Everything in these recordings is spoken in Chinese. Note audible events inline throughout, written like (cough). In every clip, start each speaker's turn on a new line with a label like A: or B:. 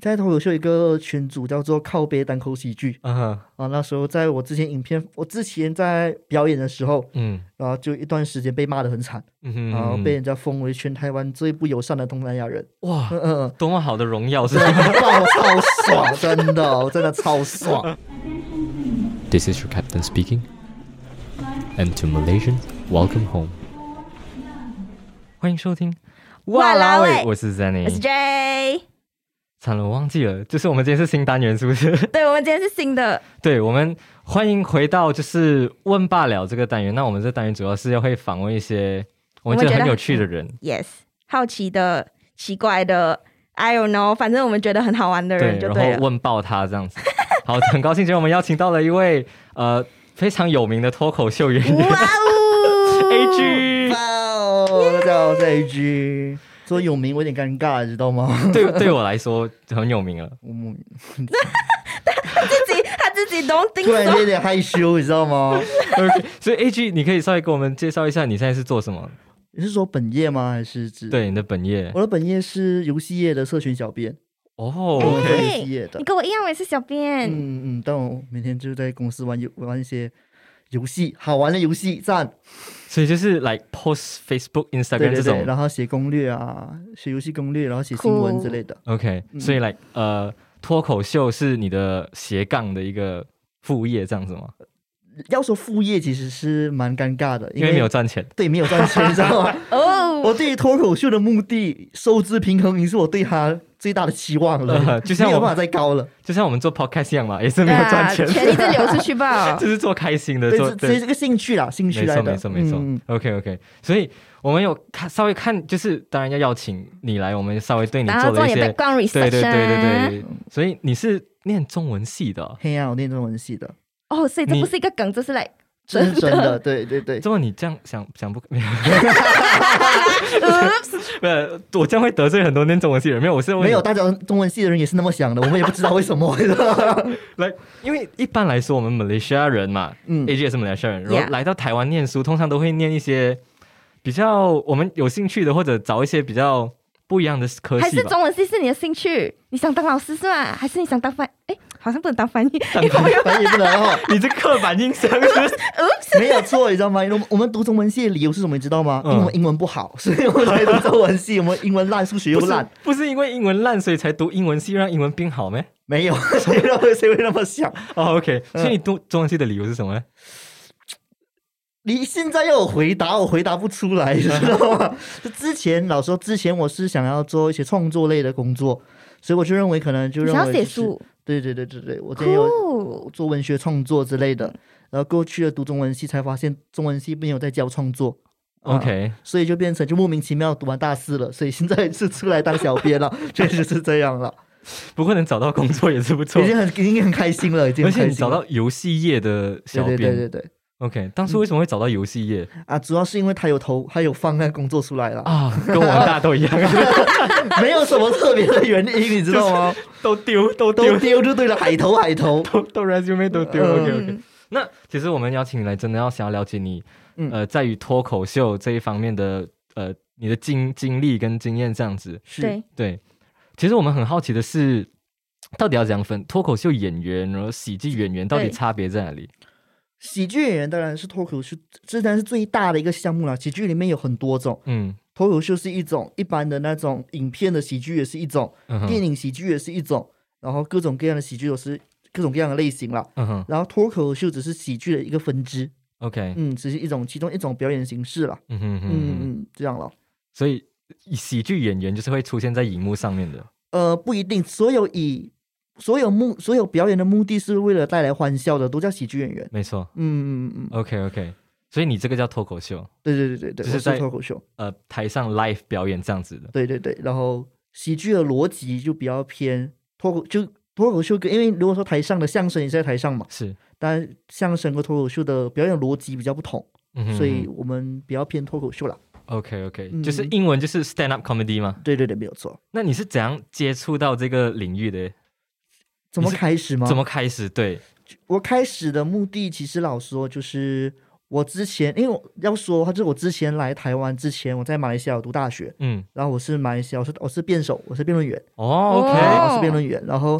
A: 在脱口秀一个群组叫做“靠背单口喜剧
B: 啊哈，”
A: 啊，那时候在我之前影片，我之前在表演的时候，
B: 嗯
A: 然后就一段时间被骂得很惨，
B: 嗯哼，
A: 然后被人家封为全台湾最不友善的东南亚
B: (laughs)
A: 人。
B: 哇，
A: 嗯嗯，嗯
B: 多么好的荣耀是
A: 对，让我超爽，真的，我真的超
B: (laughs)
A: 爽。
C: This is your captain speaking. And to Malaysians, welcome home.
B: 欢迎收听。
D: 哇啦喂
B: 我是 Zenny，
D: 我是 J，
B: 惨了，我忘记了，就是我们今天是新单元，是不是？ (laughs)
D: 对我们今天是新的，
B: 对，我们欢迎回到就是问罢了这个单元。那我们这单元主要是要会访问一些我们
D: 我们
B: 觉
D: 觉
B: 得
D: 得
B: 很有趣的人，
D: yes，好奇的、奇怪的，I don't know，反正我们觉得很好玩的人就
B: 然
D: 对
B: 后
D: 了。
B: 问爆他这样子。好，很高兴今天我们邀请到了一位呃非常有名的脱口秀演员
D: 哇
B: (laughs)
D: 哦
B: A G。
A: 哇哦，大家好，我是 A G。说有名我有点尴尬，知道吗？
B: 对，对我来说很有名了。
A: 我
D: 自己他自己 don't
A: 突然
D: think
A: 间
D: so。
A: 有点害羞，你知道
B: (laughs)
A: 吗？
B: OK，所以 A G，你可以稍微给我们介绍一下你现在是做什么？
A: 你是说本业吗？还是指？
B: 对，你的本业
A: 我的本业是游戏业的社群小编，
B: 哦
A: 我
D: 哎
A: 做
B: ，OK，
A: 游戏业的
D: 你。跟我一样，我也是小编。
A: 嗯嗯，但我每天就在公司玩游玩一些游戏，好玩的游戏赞，
B: 所以就是来 post Facebook、
A: 对
B: Instagram
A: 对
B: 这
A: 对，
B: 种
A: 然后写攻略啊，写游戏攻略，然后写新闻之类的。
B: ，OK，
A: 嗯
B: 所以来呃，脱口秀是你的斜杠的一个副业这样子吗？
A: 要说副业其实是蛮尴尬的，
B: 因为没 (laughs) 有赚钱，
A: 对没有赚钱，你知道吗？
D: 哦，
A: 我对于脱口秀的目的收支平衡，已是我对他最大的期望了，
B: 呃 (laughs) 就像
A: 没有
B: 我
A: 办法再高了。
B: 就像我们做 podcast 一样嘛，也是没有赚钱
D: 啊，钱一直流出去吧。
B: 就是做开心的
A: 啊对，
B: 做。
A: 这这是个兴趣啦，兴趣
B: 没
A: 来
B: 错，
A: 的，
B: 没错，没错
A: 嗯。
B: OK，OK、所以我们有看稍微看，就是当然要邀请你来，我们稍微 (laughs) 对你
D: 然
B: 做
D: 后
B: 了
D: 做
B: 一
D: 点
B: 些
D: background research，
B: 对对对对对，所以你是念中文系的哦、
A: 黑啊暗我念中文系的，
D: 哦，所以这
B: 你
D: 不是一个梗，这是来
A: 这是真
D: 真
A: 的，
D: 的。
A: 对对对。
B: 哎这么你这样想想不， (laughs) 没有
D: 呃
B: 没有，我这样会得罪很多念中文系的人。没有，我是问你
A: 没有，，大家中文系的人也是那么想的，我们也不知道为什
B: (laughs)
A: 么。
B: 来，因为一般来说我们马来西亚人嘛，
A: 嗯
B: A G 也是马来西亚人，然后
D: Yeah
B: 来到台湾念书，通常都会念一些比较我们有兴趣的，或者找一些比较不一样的科
D: 还
B: 系
D: 是
B: 吧。
D: 中文系是你的兴趣？你想当老师是吗？还是你想当翻？哎，好像不能当翻译，因为我又
A: 反正也不能哦，
B: 你这刻板印象
A: (laughs)
B: 是
A: 没有错，你知道吗？因为我们我们读中文系的理由是什么？你知道吗？因
B: 嗯
A: 为我们英文不好，所以我们才读中文系。我们英文烂，数学又
B: 不是 (laughs)
A: 烂，
B: 不是因为英文烂，所以才读英文系让英文变好咩？
A: 没有谁会谁会那么想？
B: 哦、o k
A: 嗯
B: 所以你读中文系的理由是什么呢？
A: 你现在要我回答，我回答不出
B: (laughs)
A: 来，你知道吗？就之前老实说，之前我是想要做一些创作类的工作，所以我就认为可能就
D: 哎你
A: 认
D: 想
A: 为、
D: 要
A: 就是、
D: 写书，哦
A: 对对对对对，我之前有
D: 酷。
A: 做文学创作之类的，然后过去的读中文系才发现中文系没有在教创作。啊
B: OK，、
A: 所以就变成就莫名其妙读完大四了，所以现在是出来当小编
B: (laughs)
A: 了，确实是这样了，
B: 不过能找到工作也是不错
A: 已，经很已经很开心了，已经
B: 而
A: 很
B: 且
A: 开
B: 你
A: 心
B: 找
A: 了。
B: 到游戏业的小
A: 对对
B: 编
A: 对对对
B: o k 当初为什么会找到游戏业、
A: 啊，主要是因为他有投，他有放那工作出来了，
B: 啊？跟我们大家都一样， (laughs)
A: 没有什么特别的原因，你知道
B: (laughs)
A: 吗？
B: 都丢都丢
A: 都丢就对了，海投海投。
B: 都都 resume 都丢。
A: 嗯
B: OK OK。那其实我们邀请你来，真的要想要了解你，
A: 嗯
B: 呃，在于脱口秀这一方面的呃你的经经历跟经验这样子。
A: 是
D: 对，
B: 对，其实我们很好奇的是，到底要怎样分脱口秀演员，然后喜剧演员到底
D: 对
B: 差别在哪里？
A: 喜剧演员当然是脱口秀，这当然是最大的一个项目了。喜剧里面有很多种，
B: 嗯
A: 脱口秀是一种，一般的那种影片的喜剧也是一种，
B: 嗯
A: 电
B: 哼
A: 影喜剧也是一种，然后各种各样的喜剧都是各种各样的类型了。
B: 嗯哼
A: 然后脱口秀只是喜剧的一个分支，
B: ，OK，
A: 嗯，只是一种其中一种表演形式了，
B: 嗯哼哼
A: 嗯
B: 哼，
A: 嗯，这样了。
B: 所以喜剧演员就是会出现在荧幕上面的。
A: 呃，不一定，所有以所有目所有表演的目的是为了带来欢笑的，都叫喜剧演员。
B: 没错
A: 嗯嗯嗯嗯，
B: ，OK OK，所以你这个叫脱口秀，
A: 对对对对对，
B: 就是
A: 我
B: 在
A: 是脱口秀，
B: 呃，台上 live 表演这样子的。
A: 对对对。然后喜剧的逻辑就比较偏脱口，就脱口秀跟因为如果说台上的相声也是在台上嘛，
B: 是，
A: 但相声和脱口秀的表演逻辑比较不同，
B: 嗯哼
A: 所以我们比较偏脱口秀啦。
B: OK OK，、
A: 嗯
B: 就是英文就是 stand up comedy 嘛。
A: 对对对，没有错。
B: 那你是怎样接触到这个领域的？
A: 怎么
B: 你是
A: 开始吗？
B: 怎么开始？对，
A: 我开始的目的其实老实说，就是我之前因为我要说的话，就是我之前来台湾之前，我在马来西亚有读大学，
B: 嗯，
A: 然后我是马来西亚，我是我是辩手，我是辩论员，
B: 哦，OK，
A: 然
D: 哦
A: 后是辩论员，然后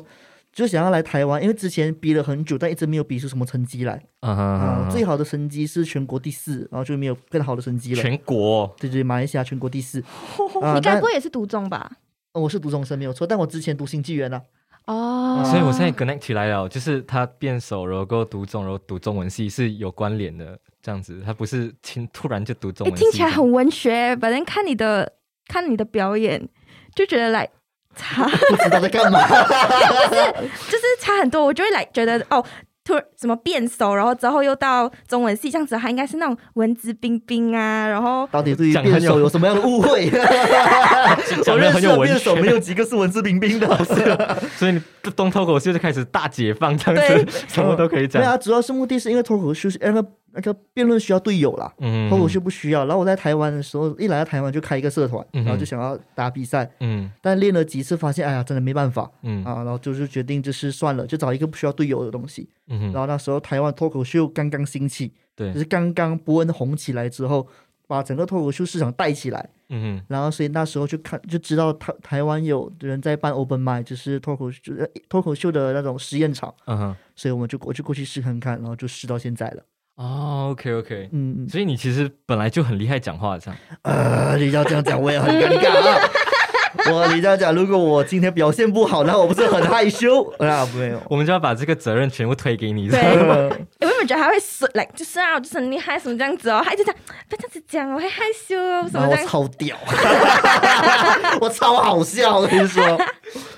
A: 就想要来台湾，因为之前逼了很久，但一直没有逼出什么成绩来。
B: 嗯哼
A: 啊、
B: 哼
A: 最好的成绩是全国第四，然后就没有更好的成绩了。
B: 全国
A: 对对，马来西亚全国第四。
B: (laughs)
A: 啊
D: 你该
A: 但
D: 不会也是读中吧？
A: 呃我是读中生没有错，但我之前读新纪元啊，
D: 哦，
B: 所以我现在 connect 起来了，就是他变手，然后够读中，然后读中文系是有关联的，这样子，他不是听突然就读中
D: 哎，
B: 文系，
D: 听起来很文学，反正看你的看你的表演，就觉得来差， (laughs)
A: 不知道在干嘛。 (laughs)
D: 就是差很多。我就会来觉得哦，突然什么变熟，然后之后又到中文系这样子，他应该是那种文质彬彬啊，然后
A: 到底对于
B: 讲得
A: 辩
B: 很有
A: 手有什么样的误会？ (laughs) 我 (laughs)
B: 讲的
A: 认
B: 很
A: 识
B: 有
A: 的
B: 文
A: 辩手没
B: 学，
A: 有几个是文质彬彬 (laughs) 的。
B: 所以你东脱口秀就开始大解放这样子，什么都可以讲
A: 对，啊，主要是目的是因为脱口秀是那个那个辩论需要队友啦，
B: 嗯
A: 脱口秀不需要。然后我在台湾的时候，一来到台湾就开一个社团，
B: 嗯哼
A: 然后就想要打比赛，
B: 嗯
A: 但练了几次发现，哎呀，真的没办法
B: 嗯
A: 啊，然后就是决定就是算了，就找一个不需要队友的东西。
B: 嗯
A: 然
B: 哼，
A: 后那时候台湾脱口秀刚刚兴起，
B: 对
A: 就，是刚刚伯恩红起来之后，把整个脱口秀市场带起来。
B: 嗯哼，
A: 然后所以那时候就看就知道台台湾有人在办 open mic，就是脱口秀就是脱口秀的那种实验场，
B: 嗯哼，
A: 所以我们就我就过去试看看，然后就试到现在了。
B: 哦，OK OK，
A: 嗯，
B: 所以你其实本来就很厉害讲话，这样，
A: 呃，你要这样讲我也很尴尬啊。我你这样讲，如果我今天表现不好，那我不是很害羞啊？没有，
B: (laughs) 我们就要把这个责任全部推给你，
D: 对
B: 这样
D: 诶我原本觉得他会说，来就是啊，我就是很厉害什么这样子哦，他一直讲不要这样子讲哦，我会害羞哦，什
A: 然后
D: 么
A: 我
D: 这样子。
A: 超屌， (laughs) 我超好笑，我跟你说。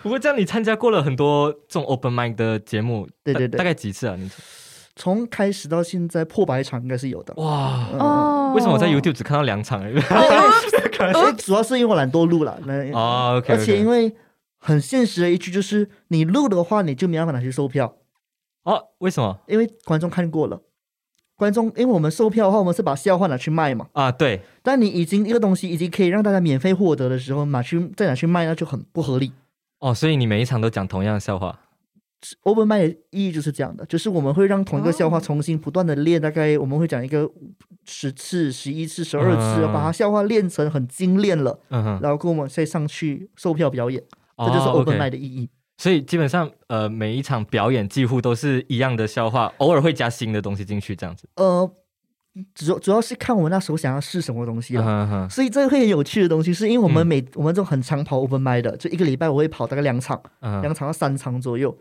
B: 不过这样你参加过了很多这种 open mic 的节目，
A: 对对
B: 大
A: 对
B: 大概几次啊？你
A: 从开始到现在破百场应该是有的。
B: 哇，
D: 哦
B: 为什么我在 YouTube 只看到两场
A: (laughs)
B: 而已？
A: 所以主要 (laughs) 是因为我懒惰录了，那
B: 哦，OK，
A: 而且因为很现实的一句就是，你录的话你就没办法拿去售票，
B: 哦，为什么
A: 因为观众看过了。观众，因为我们售票的话，我们是把笑话拿去卖嘛。
B: 啊？对，
A: 但你已经一个东西已经可以让大家免费获得的时候，拿去再拿去卖，那就很不合理。
B: 哦，所以你每一场都讲同样的笑话
A: Open m i 的意义就是这样的，就是我们会让同一个笑话重新不断的练，大概我们会讲一个十次、十一次、十二次，
B: 嗯
A: 把它笑话练成很精炼了，
B: 嗯哼，
A: 然后跟我们再上去售票表演，这
B: 哦
A: 就是 Open
B: OK
A: m i 的意义。
B: 所以基本上呃，每一场表演几乎都是一样的笑话，偶尔会加新的东西进去，这样子。
A: 呃，主要主要是看我们那时候想要试什么东西
B: 嗯
A: 了。
B: 哼哼，
A: 所以这个会很有趣的东西，是因为我们
B: 嗯
A: 每、我们这种很长跑 open m i 的，就一个礼拜我会跑大概两场，
B: 嗯
A: 两
B: 哼
A: 场到三场左右。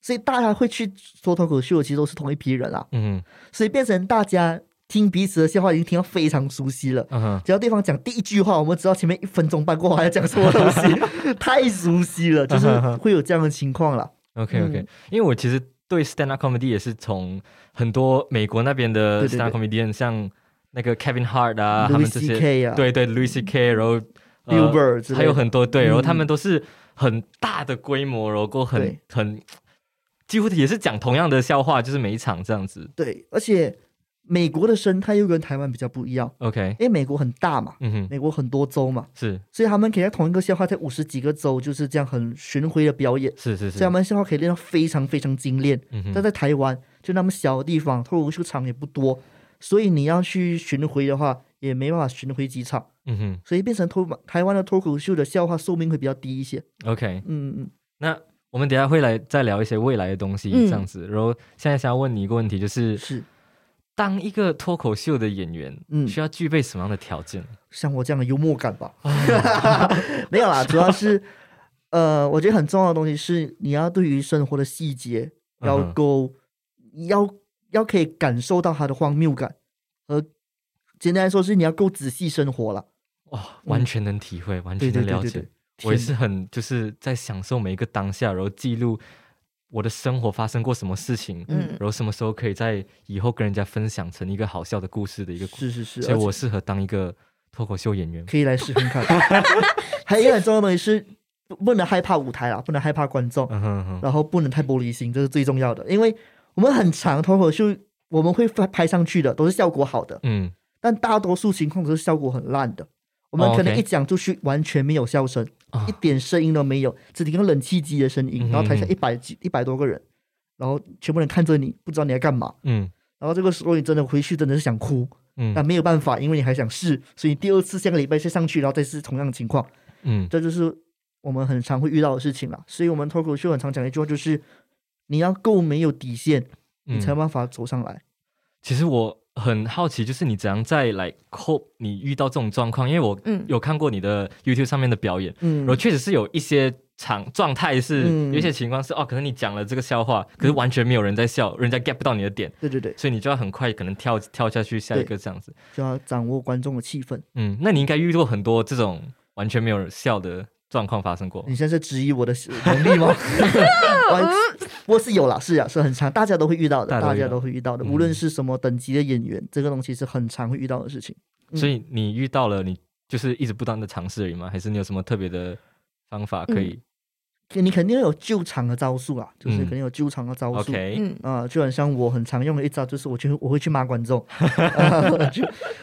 A: 所以大家会去说脱口秀，其实都是同一批人啦，
B: 嗯哼
A: 所以变成大家听彼此的笑话已经听到非常熟悉了。
B: 嗯哼，
A: 只要对方讲第一句话，我们知道前面一分钟半过后还要讲什么东
B: (laughs)
A: 西，太熟悉了，就是
B: 嗯
A: 会有这样的情况啦。
B: OK
A: 嗯
B: OK，、因为我其实对 stand up comedy 也是从很多美国那边的
A: 对对
B: stand up comedian，像那个 Kevin Hart 啊，他
A: Louis
B: 们这些
A: C.K. 啊
B: 对对 Louis C.K.，然后、呃
A: Uber 之类的
B: 还有很多对，然
A: 嗯
B: 后他们都是很大的规模，然后很
A: 对
B: 很几乎也是讲同样的笑话，就是每一场这样子。
A: 对，而且美国的生态又跟台湾比较不一样，
B: OK，
A: 因为美国很大嘛，
B: 嗯哼，
A: 美国很多州嘛，
B: 是
A: 所以他们可以在同一个笑话在五十几个州就是这样很巡回的表演，
B: 是
A: 所
B: 是
A: 以他
B: 是，
A: 们笑话可以练到非常非常精炼。
B: 嗯
A: 但
B: 哼，
A: 在台湾就那么小的地方，脱口秀场也不多，所以你要去巡回的话，也没办法巡回几场，
B: 嗯哼
A: 所以变成脱台湾的脱口秀的笑话寿命会比较低一些。
B: ，OK，
A: 嗯嗯
B: 那。我们等一下会来再聊一些未来的东西，
D: 嗯
B: 这样子。然后现在想要问你一个问题，就是
A: 嗯，是
B: 当一个脱口秀的演员，
A: 嗯
B: 需要具备什么样的条件？
A: 像我这样的幽默感吧？
B: 啊
A: (laughs) 没有
B: (laughs)
A: 啦，主要是呃，我觉得很重要的东西是你要对于生活的细节要
B: 嗯哼
A: 够，要要可以感受到它的荒谬感，和简单来说是你要够仔细生活了。
B: 哇，完全能体会，完
A: 对嗯
B: 全
A: 对
B: 能
A: 对
B: 了
A: 对
B: 解
A: 对。，
B: 我也
A: 天
B: 是很就是在享受每一个当下，然后记录我的生活发生过什么事情，
D: 嗯
B: 然后什么时候可以在以后跟人家分享成一个好笑的故事的一个故事。
A: 是是是，
B: 所以
A: 而且
B: 我适合当一个脱口秀
A: (laughs)
B: 演员。
A: 可以来试看
B: (laughs)
A: 看。还有一个很重要的东西是不不能害怕舞台啦，不能害怕观众，
B: 嗯哼哼，
A: 然后不能太玻璃心，这是最重要的。因为我们很长脱口秀，我们会发拍上去的都是效果好的，
B: 嗯，
A: 但大多数情况都是效果很烂的。我们
B: 哦
A: 可能
B: OK
A: 一讲出去完全没有笑声，
B: 啊
A: 一点声音都没有，只听到冷气机的声音
B: 嗯，
A: 然后台下
B: 嗯
A: 一百几一百多个人，然后全部人看着你，不知道你在干嘛。
B: 嗯，
A: 然然后这个时候你真的回去真的是想哭，
B: 嗯
A: 那没有办法，因为你还想试，所以你第二次下个礼拜再上去，然后再是同样的情况，
B: 嗯
A: 这就是我们很常会遇到的事情了。所以我们脱口秀很常讲一句话，就是你要够没有底线，你才有
B: 嗯。
A: 办法走上来。
B: 其实我很好奇，就是你怎样在来 cope 你遇到这种状况？因为我
D: 嗯
B: 有看过你的 YouTube 上面的表演，
A: 嗯
B: 然后确实是有一些场状态是、
A: 嗯
B: 有一些情况是哦，可能你讲了这个笑话，可是完全没有人在笑，人家 get 不到你的点，
A: 对对对，
B: 所以你就要很快可能跳跳下去下一个这样子。
A: 就要掌握观众的气氛。
B: 嗯，那你应该遇到很多这种完全没有人笑的状况发生过。
A: 你现在是质疑我的能力吗？完，不过是有啦，是啊，是很常，大家都会遇到的，
B: 大家
A: 大
B: 都遇到
A: 家都会遇到的，
B: 嗯
A: 无论是什么等级的演员，这个东西是很常会遇到的事情。嗯
B: 所以你遇到了，你就是一直不断的尝试而已吗？还是你有什么特别的方法可以、
A: 你肯定要有救场的招数啦，啊就是
B: 嗯
A: 肯定有救场的招
B: o
A: 数。
B: k
D: 嗯
A: 啊、就很像我很常用的一招，就是我去我会去骂观众， (laughs) 啊我就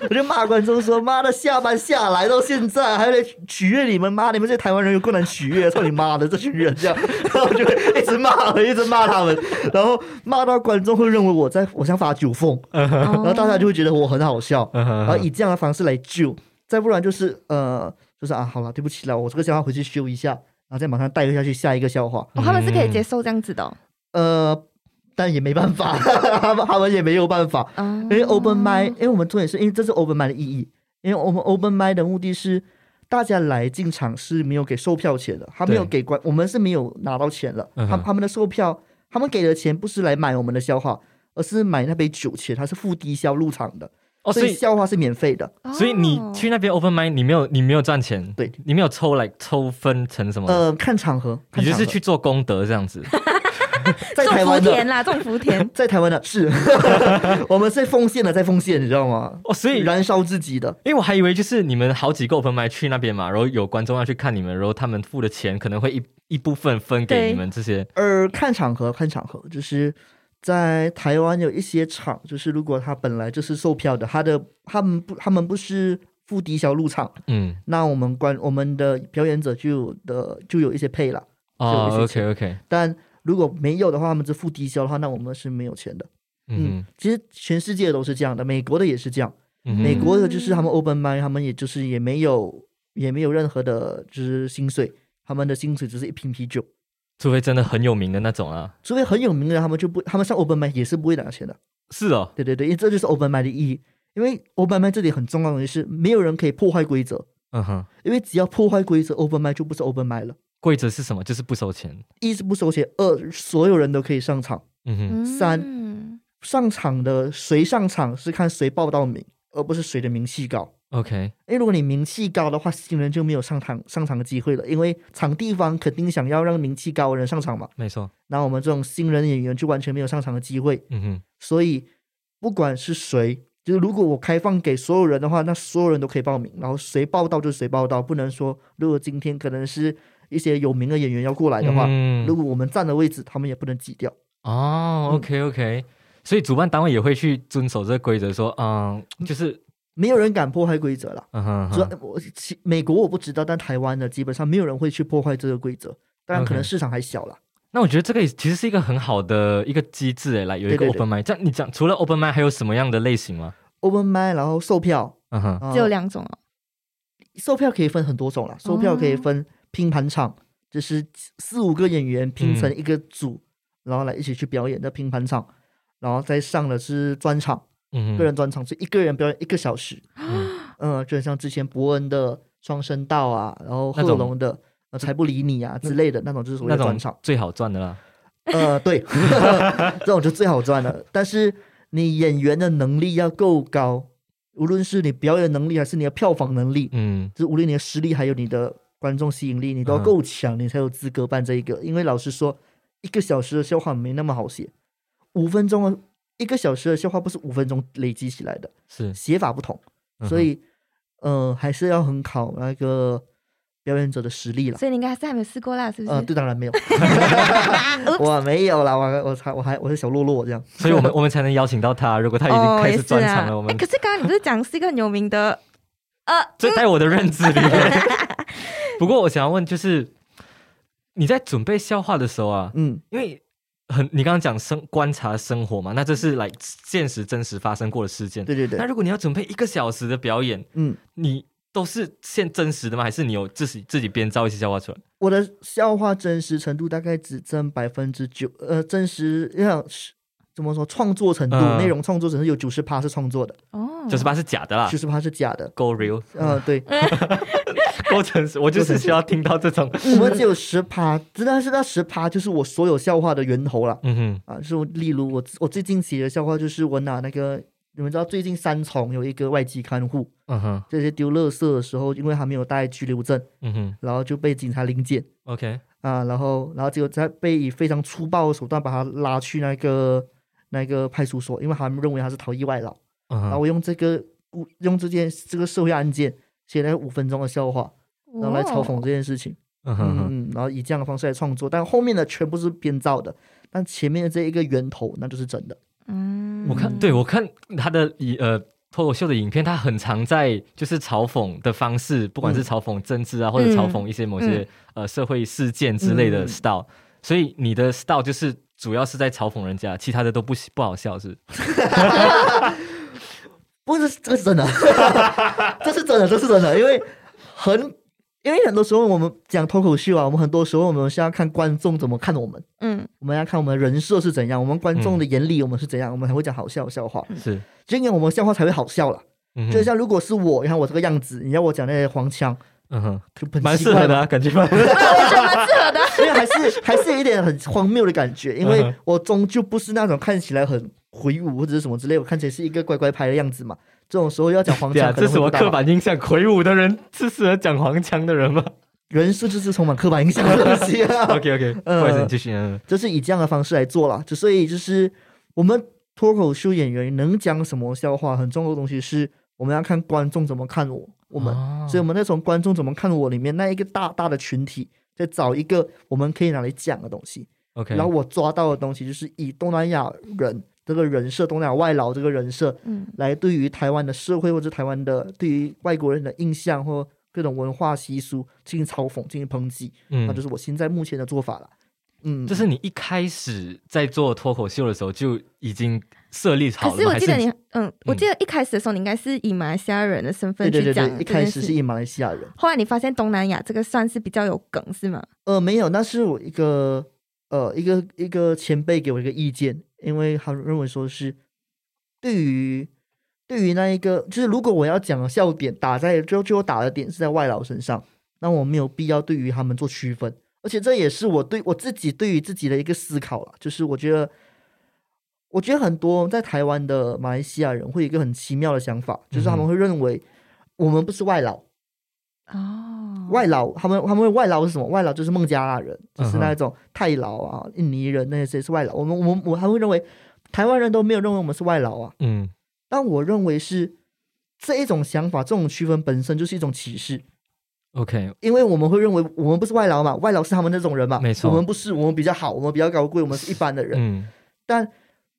A: 我就骂观众说：“妈的，下班下来到现在还来取悦你们，妈你们这些台湾人有够难取悦，操你妈的这群人！”这样， (laughs) 然后我就会一直骂，一直骂他们，然后骂到观众会认为我在我想发酒疯，
D: 然 (laughs)
A: 然后大家就会觉得我很好笑，
B: 嗯哼
A: 然哦后以这样的方式来救，再不然就是呃，就是啊，好了，对不起了，我这个笑话回去修一下，然后再马上带回下去下一个笑话。
D: 哦，他们是可以接受这样子的哦。
A: 呃，但也没办法， (laughs) 他们他们也没有办法，
D: 哦
A: 因为 open m i 因为我们重点是因为这是 open m i 的意义，因为我们 open m i 的目的是大家来进场是没有给售票钱的，他没有
B: 对
A: 给关，我们是没有拿到钱了，
B: 嗯
A: 他
B: 哼
A: 他们的售票，他们给的钱不是来买我们的笑话，而是买那杯酒钱，他是付低消入场的，
B: 哦，
A: 所
B: 所
A: 以
B: 以
A: 笑话是免费的。
B: 所以你
D: 哦
B: 去那边 open m i 你没有你没有赚钱，
A: 对，
B: 你没有抽来抽分成什么的，
A: 呃，看场合，看
B: 哦你就
A: 场合
B: 是去做功德这样子。
A: 在
D: 种
A: 台
D: 福
A: 湾
D: 田
A: 的，
D: 啦，种福田
A: (laughs) 在台湾的
B: (laughs)
A: 是，我们是奉献的，在奉献，你知道吗？
B: 哦，所
A: (laughs)
B: 以
A: 燃烧自己的，
B: 因为我还以为就是你们好几个 open m i 去那边嘛，然后有观众要去看你们，然后他们付的钱可能会一一部分分给
D: 对
B: 你们这些。
A: 呃，看场合，看场合，就是在台湾有一些场，就是如果他本来就是售票的，他的他们不他们不是付低消入场，
B: 嗯，
A: 那我们观我们的表演者就有的就有一些配了，
B: 哦
A: 就有一些
B: ，OK OK，
A: 但如果没有的话，他们是付低消的话，那我们是没有钱的。
B: 嗯
A: 其实全世界都是这样的，美国的也是这样，
B: 嗯
A: 美
B: 哼
A: 国的就是他们 open m i 他们也就是也没有也没有任何的就是薪水，他们的薪水只是一瓶啤酒。
B: 除非真的很有名的那种啊。
A: 除非很有名的，他们就不，他们上 open m i 也是不会拿钱的。
B: 是哦，
A: 对对对，因为这就是 open m i 的意义。因为 open m i 这里很重要的是，没有人可以破坏规则，
B: 嗯哼，
A: 因为只要破坏规则，open m i 就不是 open m i 了。
B: 规则是什么？就是不收钱。
A: 一是不收钱，二所有人都可以上场。
B: 嗯哼，
A: 三
D: 嗯
A: 上场的谁上场是看谁报到名，而不是谁的名气高。
B: OK，
A: 因为如果你名气高的话，新人就没有上场上场的机会了，因为场地方肯定想要让名气高的人上场嘛。
B: 没错。
A: 那我们这种新人演员就完全没有上场的机会，
B: 嗯哼，
A: 所以不管是谁，就是如果我开放给所有人的话，那所有人都可以报名，然后谁报到就谁报到，不能说如果今天可能是一些有名的演员要过来的话，
B: 嗯
A: 如果嗯我们占的位置，他们也不能挤掉。
B: 哦，OK OK，所以主办单位也会去遵守这个规则，说，嗯，就是，
A: 没有人敢破坏规则啦。
B: 嗯哼
A: 主要
B: 哼，
A: 我其美国我不知道，但台湾的基本上没有人会去破坏这个规则，当然可能
B: OK
A: 市场还小啦。
B: 那我觉得这个也其实是一个很好的一个机制，哎诶，来有一个
A: 对对对
B: open m i 这样你讲，除了 open m i 还有什么样的类型吗？
A: open m i 然后售票，
B: 嗯哼，
A: 啊
D: 只有两种哦。
A: 售票可以分很多种啦，售票可以分拼盘场，就是四五个演员拼
B: 嗯
A: 成一个组，然后来一起去表演的拼盘场，然后再上的是专场，个
B: 嗯哼，
A: 人专场，就一个人表演一个小时。嗯、就很像之前伯恩的双声道啊，然后
B: 那
A: 贺
B: 种
A: 龙的。呃，才不理你啊之类的那种，就是所谓
B: 那
A: 的
B: 种
A: 专场。
B: 最好赚的啦。
A: 呃，对， (laughs) 这种就最好赚了。但是你演员的能力要够高，无论是你表演能力还是你的票房能力，
B: 嗯
A: 就是无论你的实力还有你的观众吸引力，你都要
B: 嗯
A: 够强，你才有资格办这一个。因为老实说，一个小时的笑话没那么好写，五分钟的一个小时的笑话不是五分钟累积起来的，， (laughs)
B: 是，
A: 写法不同，
B: 嗯哼
A: 所以呃还是要很考那个表演者的实力啦。
D: 所以你应该还是还没试过啦，是不
A: 呃，
D: (laughs) 是？
A: 对，当然没有，我没有啦，我我才我还我是小落落这样。
B: 所以我们我们才能邀请到他。如果他已经
D: 哦
B: 开
D: 也
B: 始
D: 是
B: 专场
D: 啊
B: 了，我
D: 哎
B: 们 (laughs)
D: 可是刚刚你不是讲是一个很有名的，呃，
B: 这在我的认知里面。不过我想要问，就是你在准备笑话的时候啊，
A: 嗯
B: 因为很，你刚刚讲生观察生活嘛，那这是来现实真实发生过的事件。
A: 对对对
B: 那，如果你要准备一个小时的表演，
A: 嗯，
B: 你都是现真实的吗？还是你有自己自己编造一些笑话出来？
A: 我的笑话真实程度大概只占百分之九，呃，真实要怎么说创作程度，
B: 嗯
A: 内容创作程度有九十趴是创作的，
D: 哦，
B: 九十八是假的啦
A: 九，十趴是假的。
B: 够 real，
A: 嗯，对，
B: 够真实。我就
A: 够
B: 是
A: 诚实
B: 需要听到这种，
A: 我们只有十趴，真的是那十趴就是我所有笑话的源头了。
B: 嗯哼，
A: 啊，是我例如我我最近写的笑话就是我拿那个，你们知道最近三重有一个外籍看护，
B: 嗯哼，
A: 这些丢垃圾的时候，因为他没有带拘留证，
B: 嗯哼
A: 然后就被警察临检
B: ，OK，
A: 啊，然后然后结果再被以非常粗暴的手段把他拉去那个那个派出所，因为他们认为他是逃逸外劳。
B: 嗯
A: 然后
B: 哼，
A: 我用这个故用这件这个社会案件写了五分钟的笑话，然后来嘲
D: 哦
A: 讽这件事情。
B: 嗯哼
A: 嗯
B: 哼，
A: 嗯，然后以这样的方式来创作，但后面的全部是编造的，但前面的这一个源头那就是真的。
D: 嗯
B: 我看，对我看他的以呃脱口秀的影片，他很常在就是嘲讽的方式，
A: 嗯
B: 不管是嘲讽政治啊，或者嘲讽一些某些、呃社会事件之类的
A: 嗯
B: style，、所以你的 style 就是主要是在嘲讽人家，其他的都不喜不好笑是？
A: 不是，这个是真的， (laughs) 这是真的，这是真的，因为很，因为很多时候我们讲脱口秀啊，我们很多时候我们是要看观众怎么看我们，
D: 嗯 (laughs)
A: 我们要看我们人设是怎样，我们观众的
B: 嗯
A: 眼里我们是怎样，我们才会讲好笑的笑话，
B: 是，
A: 这样我们笑话才会好笑了。
B: 嗯
A: 嗯就
B: 哼，
A: 像如果是我，你看我这个样子，你要我讲那些黄腔，
B: 嗯哼，
A: 就很
B: (laughs) 蛮
A: 奇
B: 适
A: 怪
B: 合的、
A: 嘛
B: 啊，感觉蛮。 (laughs)
A: (laughs) 因为还是还是有一点很荒谬的感觉，因
B: 嗯
A: 为
B: 哼
A: 我终究不是那种看起来很魁梧或者是什么之类，我看起来是一个乖乖牌的样子嘛。这种时候要讲黄
B: (laughs) 对啊，
A: 腔，可
B: 这
A: 能
B: 什
A: 会
B: 么
A: 不大
B: 刻
A: 好。
B: 板印象？魁梧的人是适合讲黄腔的
A: (laughs)
B: 人吗
A: 人设就是充满刻板印象的东西啊。
B: ？OK OK，不好意思，你继续。嗯
A: 就是以这样的方式来做了，就所以就是我们脱口秀演员能讲什么笑话，很重要的东西是我们要看观众怎么看我我们，
B: 哦
A: 所以我们那从观众怎么看我里面那一个大大的群体，再找一个我们可以拿来讲的东西。
B: OK，
A: 然后我抓到的东西就是以东南亚人这个人设，东南亚外劳这个人设，
D: 嗯
A: 来对于台湾的社会或者台湾的对于外国人的印象或各种文化习俗进行嘲讽、进行抨击，
B: 嗯
A: 那就是我现在目前的做法了。嗯，
B: 就是你一开始在做脱口秀的时候就已经设立好
D: 可
B: 了吗，
D: 是我记得
B: 还
D: 你，嗯，我记得一开始的时候，你应该是以马来西亚人的身
A: 对
D: 份
A: 对
D: 去
A: 对
D: 讲
A: 对，一开始
D: 这件
A: 是
D: 事，
A: 以马来西亚人，
D: 后来你发现东南亚这个算是比较有梗，是吗？
A: 呃，没有，那是我一个呃一个一个前辈给我一个意见，因为他认为说是对于对于那一个，就是如果我要讲的笑点打在就就我打的点是在外劳身上，那我没有必要对于他们做区分，而且这也是我对我自己对于自己的一个思考了，就是我觉得。我觉得很多在台湾的马来西亚人会有一个很奇妙的想法，就是
D: 嗯
A: 他们会认为我们不是外劳，
D: 哦，
A: 外劳，他们他们外劳是什么？外劳就是孟加拉人，就是
B: 嗯
A: 那
B: 哼
A: 种泰劳啊、印尼人那些是外劳。我们我们我还会认为台湾人都没有认为我们是外劳啊，
B: 嗯
A: 但我认为是这一种想法，这种区分本身就是一种歧视，
B: OK，
A: 因为我们会认为我们不是外劳嘛，外劳是他们那种人嘛，
B: 没错
A: 我们不是，我们比较好，我们比较高贵，我们是一般的人。
B: 嗯
A: 但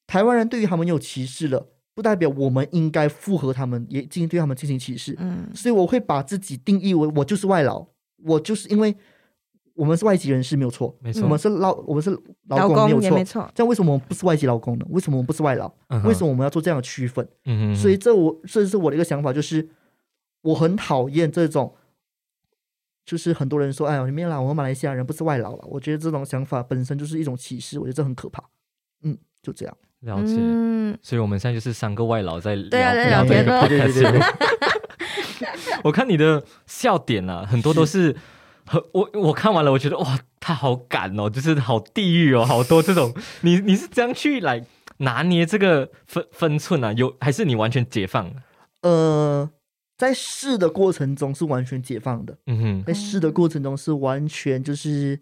A: 台湾人对于他们有歧视了，不代表我们应该附和他们，也进行对他们进行歧视。
D: 嗯
A: 所以我会把自己定义为我就是外劳，我就是因为我们是外籍人士没有错，
B: 没错
A: 我们是劳我们是劳
D: 老
A: 工没有
D: 也
A: 错
D: 没。错，
A: 这样为什么我们不是外籍劳工呢？为什么我们不是外劳？为什
B: 么？
A: 么我们要做这样的区分？
B: 嗯哼
A: 所以这我这是我的一个想法，就是我很讨厌这种，就是很多人说，哎呀，没有啦，我们马来西亚人不是外劳了。我觉得这种想法本身就是一种歧视，我觉得这很可怕。嗯，就这样。
B: 了解。
D: 嗯，
B: 所以我们现在就是三个外劳在聊
D: 对啊在
B: 聊
D: 聊
B: 这
D: 天
B: 个
D: 了
B: podcast
A: 对对对对对，
B: (laughs) 我看你的笑点啊，很多都
A: (laughs)
B: 是很我我看完了，我觉得哇，他好敢哦，就是好地狱哦，好多这种。 (laughs) 你你是怎样去来拿捏这个分分寸啊？有还是你完全解放？
A: 呃，在试的过程中是完全解放的。
B: 嗯哼，
A: 在试的过程中是完全就是，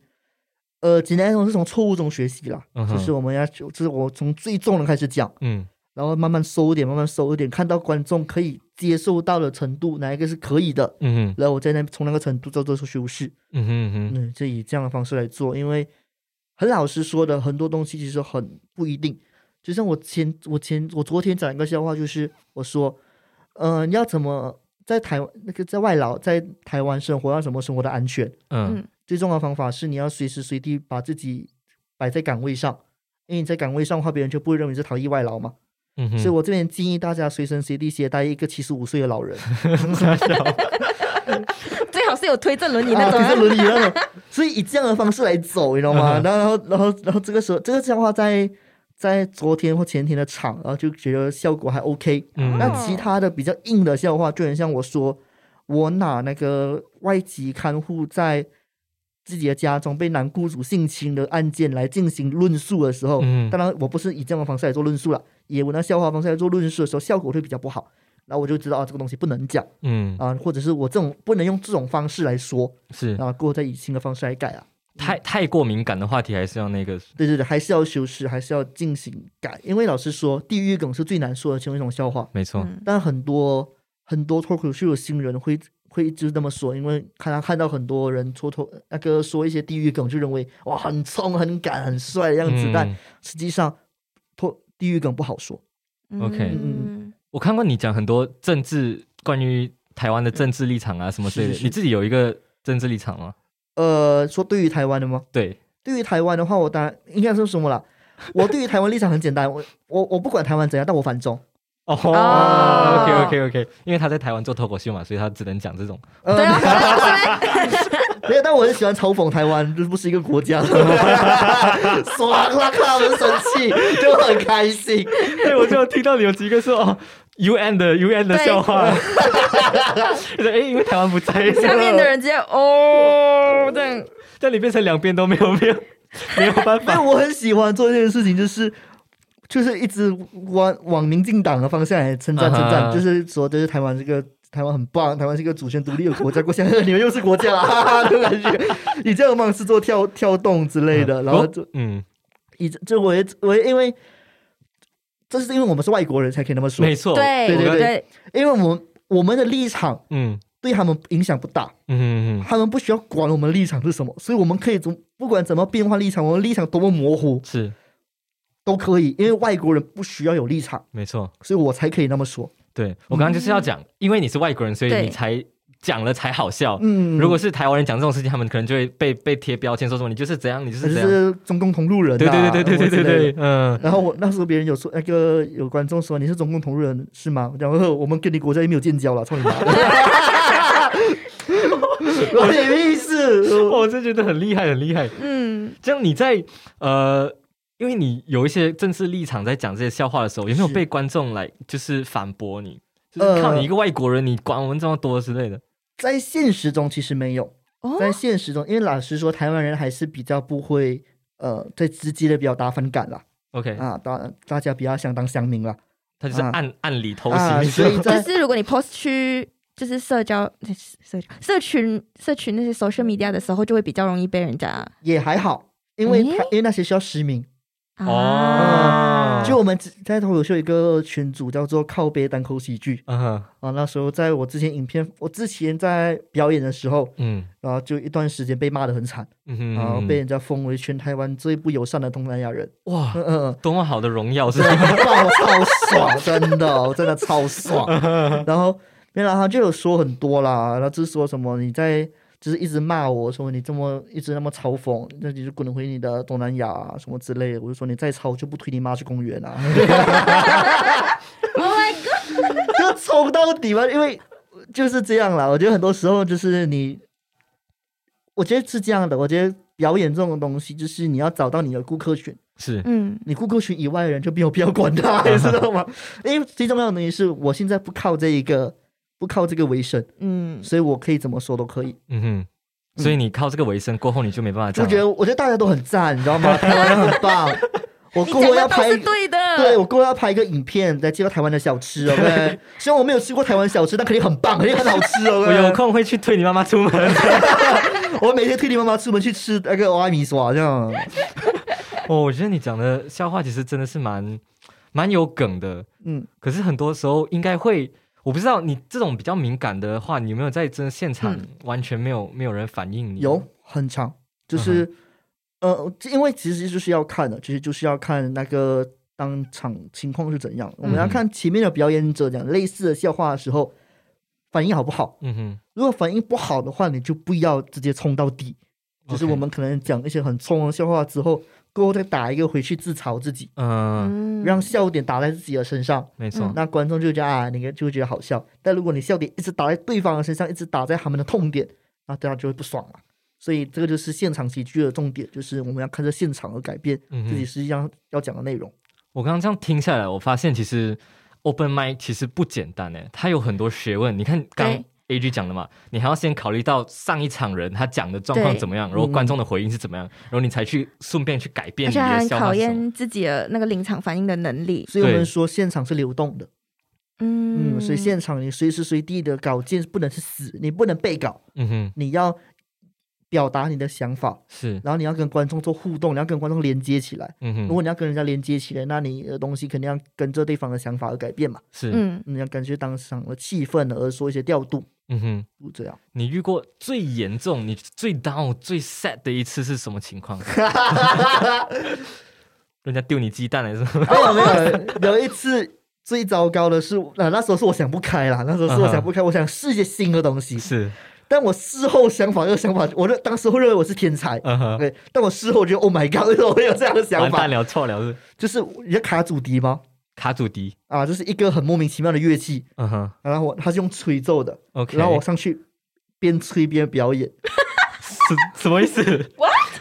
A: 呃，简单来说是从错误中学习啦，
B: 嗯哼
A: 就是我们要就是我从最重的开始讲，
B: 嗯
A: 然后慢慢收一点，慢慢收一点，看到观众可以接受到的程度，哪一个是可以的，
B: 嗯哼
A: 然后我再那从那个程度再做出修饰，
B: 嗯哼嗯哼，
A: 嗯，就以这样的方式来做，因为很老实说的，很多东西其实很不一定。就像我前我前我昨天讲一个笑话，就是我说，呃，你要怎么在台湾那个在外劳在台湾生活要怎么生活的安全？
B: 嗯
D: 嗯
A: 最重要的方法是你要随时随地把自己摆在岗位上，因为你在岗位上的话，别人就不会认为是逃逸外劳嘛。
B: 嗯
A: 所以
B: 哼，
A: 我这边建议大家随身随地携带一个七十五岁的
D: (laughs)
A: 老人，
D: 最好是有推正轮椅那
A: 啊，
D: 种
A: 推
D: 啊
A: 着。轮椅那种，所以以这样的方式来走，你知道吗？
B: 嗯哼
A: 然后，然后，然后这个时候，这个笑话在在昨天或前天的场，然后就觉得效果还 OK。
B: 嗯
A: 那其他的比较硬的笑话，就很像我说，我拿那个外籍看护在自己的家中被男雇主性侵的案件来进行论述的时候，
B: 嗯
A: 当然我不是以这样的方式来做论述了，以我那笑话方式来做论述的时候，效果会比较不好。然后我就知道啊，这个东西不能讲
B: 嗯，
A: 啊，或者是我这种不能用这种方式来说
B: 是
A: 啊，过后再以新的方式来改啊。
B: 太太过敏感的话题，还是要那个
A: 对对对，还是要修饰，还是要进行改，因为老实说，地域梗是最难说的其中一种笑话。
B: 没错，
D: 嗯
A: 但很多很多脱口秀的新人会会一直这么说，因为看他看到很多人脱脱那个说一些地域梗，就认为哇很冲、很敢、很帅的样子，
B: 嗯
A: 但实际上脱地域梗不好说。
B: OK
D: 嗯
B: 我看过你讲很多政治关于台湾的政治立场啊什么之类的，
A: 是是是
B: 你自己有一个政治立场吗？
A: 呃，说对于台湾的吗？
B: 对，
A: 对于台湾的话，我当然应该说什么啦？我对于台湾立场很简单，我我我不管台湾怎样，但我反中。
B: 哦、
D: 哦
B: o k OK OK，因为他在台湾做脱口秀嘛，所以他只能讲这种。
A: 呃，
D: 对啊，
A: (laughs) 没有，但我很喜欢嘲讽台湾，这不是一个国家， (laughs) 爽啦，看他们生气就很开心。
B: 对，哎我就听到你有几个说哦，UN 的 UN 的
D: 对
B: 笑
D: (laughs)
B: 话，对，哎，因为台湾不在，
D: 下面的人直接哦，这样
B: (laughs) 但你变成两边都没有没有没有
A: (laughs)
B: 办
A: 但
B: 法，
A: 我很喜欢做这件事情，就是就是一直往往民进党的方向来称赞
B: 啊哈
A: 称赞，就是说就是台湾这个。台湾很棒，台湾是一个主权独立的国家。过现在你们又是国 (laughs) 家了，哈 (laughs) 哈，这种感觉以这样的方式做跳跳动之类的，然后就
B: 嗯，
A: 以这我也我也因为这是因为我们是外国人才可以那么说，
B: 没错，
D: 对
A: 对
B: 我
A: 对
B: 刚
A: 对，因为我们我们的立场
B: 嗯
A: 对他们影响不大，
B: 嗯嗯嗯，
A: 他们不需要管我们立场是什么，所以我们可以怎么不管怎么变换立场，我们立场多么模糊，
B: 是
A: 都可以，因为外国人不需要有立场，
B: 没错，
A: 所以我才可以那么说。
B: 对我刚刚就是要讲，因为你是外国人，所以
D: 嗯对
B: 你才讲了才好笑。
A: 嗯，
B: 如果是台湾人讲这种事情，他们可能就会被被贴标签，说什么你就是怎样，你就
A: 就是
B: 怎样。
A: 是中共同路人、啊，
B: 对对对
A: 然
B: 对对对
A: 后之类
B: 对
A: 的。
B: 对，嗯，
A: 然后我那时候别人有说，那个有观众说你是中共同路人是吗？然后我们跟你国家也没有建交 (laughs) 了，操
B: (laughs)
A: 你妈！我也没意思。
B: 我真觉得很厉害，很厉害。
D: 嗯，
B: 这样你在呃，因为你有一些政治立场在讲这些笑话的时候，有没有
A: 是呃
B: 被观众来就是反驳你？就是靠你一个外国人，你管我们这么多之类的。
A: 在现实中其实没有，
D: 哦，
A: 在现实中，因为老实说，台湾人还是比较不会呃，在直接的表达反感啦，
B: OK，
A: 啊，大大家比较相当乡民啦，
B: 他就是
A: 啊
B: 按按理偷
A: 啊，所以
B: 袭。
A: 在
D: 就是如果你 post 去就是社交社交社群社群那些 social media 的时候，就会比较容易被人家
A: 也还好，因为
D: 诶
A: 他因为那些需要实名。
B: 哦
D: 啊，
A: 就我们之在脱口秀有一个群组叫做靠背单口喜剧
B: 嗯哼
A: 啊，那时候在我之前影片，我之前在表演的时候，
B: 嗯
A: 然后就一段时间被骂得很惨，
B: 嗯哼，
A: 然后被人家封为全台湾最不友善的东南亚人，
B: 哇，
A: 嗯嗯，
B: 多么好的荣耀是
A: 真
B: 吧？
A: 的超爽，真的，我真的超爽。然后原来他就有说很多啦，然后就是说什么你在就是一直骂我说你这么一直那么嘲讽，那你就滚回你的东南亚、啊、什么之类的。我就说你再抄就不推你妈去公园啊。
D: Oh my
A: 就冲到底嘛，因为就是这样啦。我觉得很多时候就是你，我觉得是这样的。我觉得表演这种东西，就是你要找到你的顾客群，
B: 是，
D: 嗯
A: 你顾客群以外的人就没有必要管
B: (laughs)
A: 他，你知道吗？ (laughs) 因为最重要的东西是我现在不靠这一个，不靠这个为生，
D: 嗯，
A: 所以我可以怎么说都可以。
B: 嗯哼。所以你靠这个为生过后，你就没办法
A: 就
B: 这样
A: 觉
B: 了。
A: 得我觉得大家都很赞，你知道
B: (laughs)
A: 吗？台湾人很
D: (laughs)
A: 棒。我
D: 你
A: 过
D: 讲
A: 后要
D: 的都
A: 拍
D: 是对的，
A: 对，我过后要拍一个影片来介绍台湾的小吃，OK？虽然
B: (laughs)
A: 我没有吃过台湾小吃，但肯定很棒，肯定很好吃，OK？
B: 我有空会去推你妈妈出门。 (laughs)
A: 我每天推你妈妈出门去吃那个挖米耍，这样。
B: 哦，我觉得你讲的笑话其实真的是蛮蛮有梗的，
A: 嗯，
B: 可是很多时候应该会，我不知道你这种比较敏感的话，你有没有在真的现场
D: 嗯
B: 完全没有没有人反应你？
A: 有很长，就是、
B: 嗯
A: 呃，这因为其实就是要看的，其实就是要看那个当场情况是怎样。我们要
B: 嗯
A: 看前面的表演者讲类似的笑话的时候，反应好不好。
B: 嗯哼，
A: 如果反应不好的话，你就不要直接冲到底。就是
B: OK
A: 我们可能讲一些很冲的笑话之后，过后再打一个回去自嘲自己，
B: 嗯，
D: 嗯
A: 让笑点打在自己的身上，
B: 没错，
A: 嗯那观众就觉得啊，那个就会觉得好笑。但如果你笑点一直打在对方的身上，一直打在他们的痛点，那大家就会不爽了。所以这个就是现场喜剧的重点，就是我们要看这现场而改变
B: 嗯哼
A: 自己实际上要讲的内容。
B: 我刚刚这样听下来，我发现其实 open mic 其实不简单诶，它有很多学问。你看刚
D: 对
B: A G 讲的嘛，你还要先考虑到上一场人他讲的状况
D: 对
B: 怎么样，然后
A: 嗯
B: 观众的回应是怎么样，然后你才去顺便去改变
D: 而
B: 你
D: 且还
B: 的
D: 很
B: 笑话
D: 考
B: 是什么。
D: 验自己的那个临场反应的能力。
A: 所以我
B: 对
A: 们说现场是流动的，
D: 嗯
A: 嗯，所以现场你随时随地的稿件不能是死，你不能背稿，
B: 嗯哼，
A: 你要表达你的想法，
B: 是，
A: 然后你要跟观众做互动，你要跟观众连接起来。
B: 嗯
A: 如
B: 哼，
A: 果你要跟人家连接起来，那你的东西肯定要跟着对方的想法而改变嘛，
B: 是，
D: 嗯，
A: 你要根据当场的气氛而说一些调度，
B: 嗯哼。
A: 就这样。
B: 你遇过最严重、你最 down、最 sad 的一次是什么情况？ (laughs) 人家丢你鸡蛋还是什么？
A: 没有没有，有一次最糟糕的是，呃，那时候是我想不开啦，那时候是我想不开，我想试一些新的东西，
B: (laughs) 是，
A: 但我事后想法，这个想法，我认当时会认为我是天才。
B: 嗯哼，
A: 对，但我事后觉得，Oh my god，为什么会有这样的想
B: 完
A: 法
B: 蛋？了，错了，是
A: 就是人家卡祖笛吗？
B: 卡祖笛。
A: 啊，就是一个很莫名其妙的乐器，
B: 嗯哼
A: 然后我它是用吹奏的，
B: ，OK。
A: 然后我上去边吹边表演，
B: 什什么意思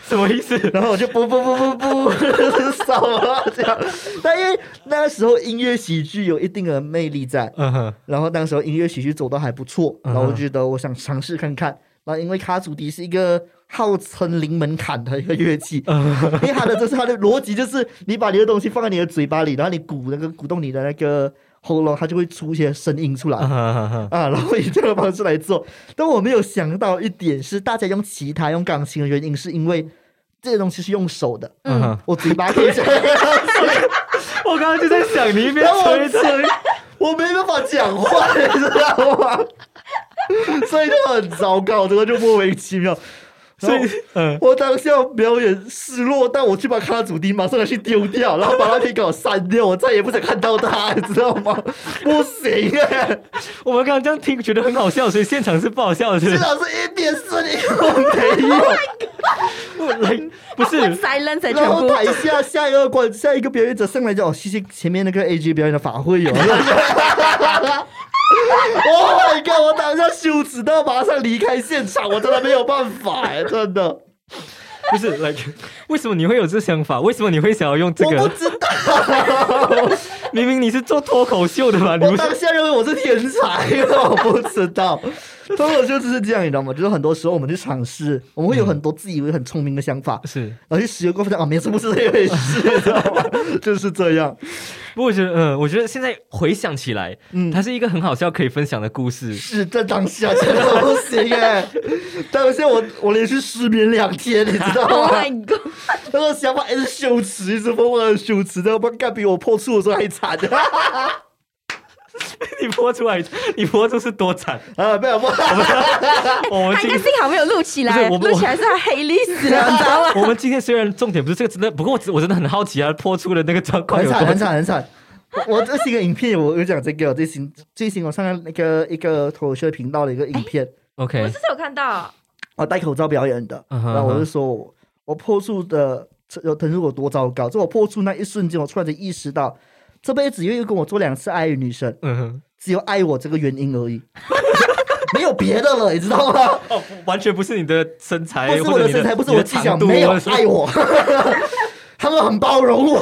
B: 什么意思？
A: 然后我就不不不不不，什么这样？但因为那个时候音乐喜剧有一定的魅力在，
B: 嗯哼，
A: 然后当时候音乐喜剧走的还不错，
B: 嗯哼
A: 然后我就觉得我想尝试看看。然后因为卡祖笛是一个号称零门槛的一个乐器，
B: 嗯
A: 因为它的就是它的逻辑就是你把你的东西放在你的嘴巴里，然后你鼓那个鼓动你的那个喉咙，它就会出一些声音出来。
B: 嗯哼嗯哼
A: 啊，然后以这样的方式来做，但我没有想到一点是，大家用吉他、用钢琴的原因，是因为这些东西是用手的，
B: 嗯哼，
A: 我嘴巴可以讲，
B: 我刚刚就在想你一边
A: 然后我
B: 吹着，
A: 吹，我没办法讲话，你知道吗？所以就很糟糕，这个就莫名其妙。
B: 所以
A: 然后
B: 嗯，
A: 我当下表演失落，但我去把卡祖笛马上拿去丢掉，然后把那天给我删掉，我再也不想看到它，你知道吗？不行哎、
B: 我们刚刚这样听觉得很好笑，所以现场是不好笑的，是
A: 至
B: (laughs)
A: 少是一点声音都没有。
B: 不来不
D: 问
B: 是
D: silence 欸全
A: 然后
D: 部
A: 台下下一个观下一个表演者上来就哦，谢谢前面那个 A G 表演的法会
D: (laughs)
A: 哦。Oh my god！我当下羞耻到马上离开现场，我真的没有办法哎，真的，
B: 不是来，为什么你会有这想法？为什么你会想要用这
A: 我
B: 个
A: 不？知道，
B: 明明你是做脱口秀的嘛， (laughs) 你
A: 我
B: 不是
A: 当下认为我是天才， (laughs) 我不知道。脱口秀就是这样，你知道吗？就是很多时候我们去尝试，我们会有很多自以为很聪明的想法，
B: 是？
A: 然后去使用过后发现啊，没事，不是这回事，你知道吗？就是这样。
B: 不过我觉得，嗯，我觉得现在回想起来，
A: 嗯
B: 它是一个很好笑可以分享的故事。 (laughs)
A: 是在当下真
D: (laughs)
A: 的不行哎、当下我我连续失眠两天，你知道
D: (laughs) Oh
A: 吗？
D: my god！
A: 那个想法一直羞耻，一直疯狂的羞耻，这不干比我破处的时候还惨 (laughs)
B: 你播出来，你播出是多惨？
A: 啊！没有
D: (laughs)
A: 没有，
B: 我们
D: 他
B: 今
D: 应该幸好没有录起
B: 不是
D: 来，
B: 我
D: 录起来是他黑历史
B: (laughs)
D: 啊了，你知道吗？
B: 我们今天虽然重点不是这个，真的，不过我只我真的很好奇啊，播出的那个状况
A: 很 (laughs)
B: 有
A: 惨
B: 多
A: 很惨很惨。我我最新的影片有我有讲这个，最新最新我上了那个一个脱口秀频道的一个影片，
D: 我
B: OK，
D: 是有看到，
A: 我戴口罩表演的，
B: 嗯
D: Uh-huh，
B: 哼
A: 然后我
B: 嗯
A: 就
B: 哼
A: 说我我破处的有疼痛有多糟糕，在我破处那一瞬间，我突然间意识到，这辈子又又跟我做两次爱的女生。
B: 嗯哼，
A: 只有爱我这个原因而已，没有别的了，你知道吗？
B: 哦，不完全不是你的身材，
A: 不是
B: 哎或
A: 我
B: 者
A: 的
B: 你
A: 身材，不是我的
B: 你的
A: 技巧，
B: 长度
A: 没有哎
B: 或者是
A: 爱我， (laughs) 他们很包容我，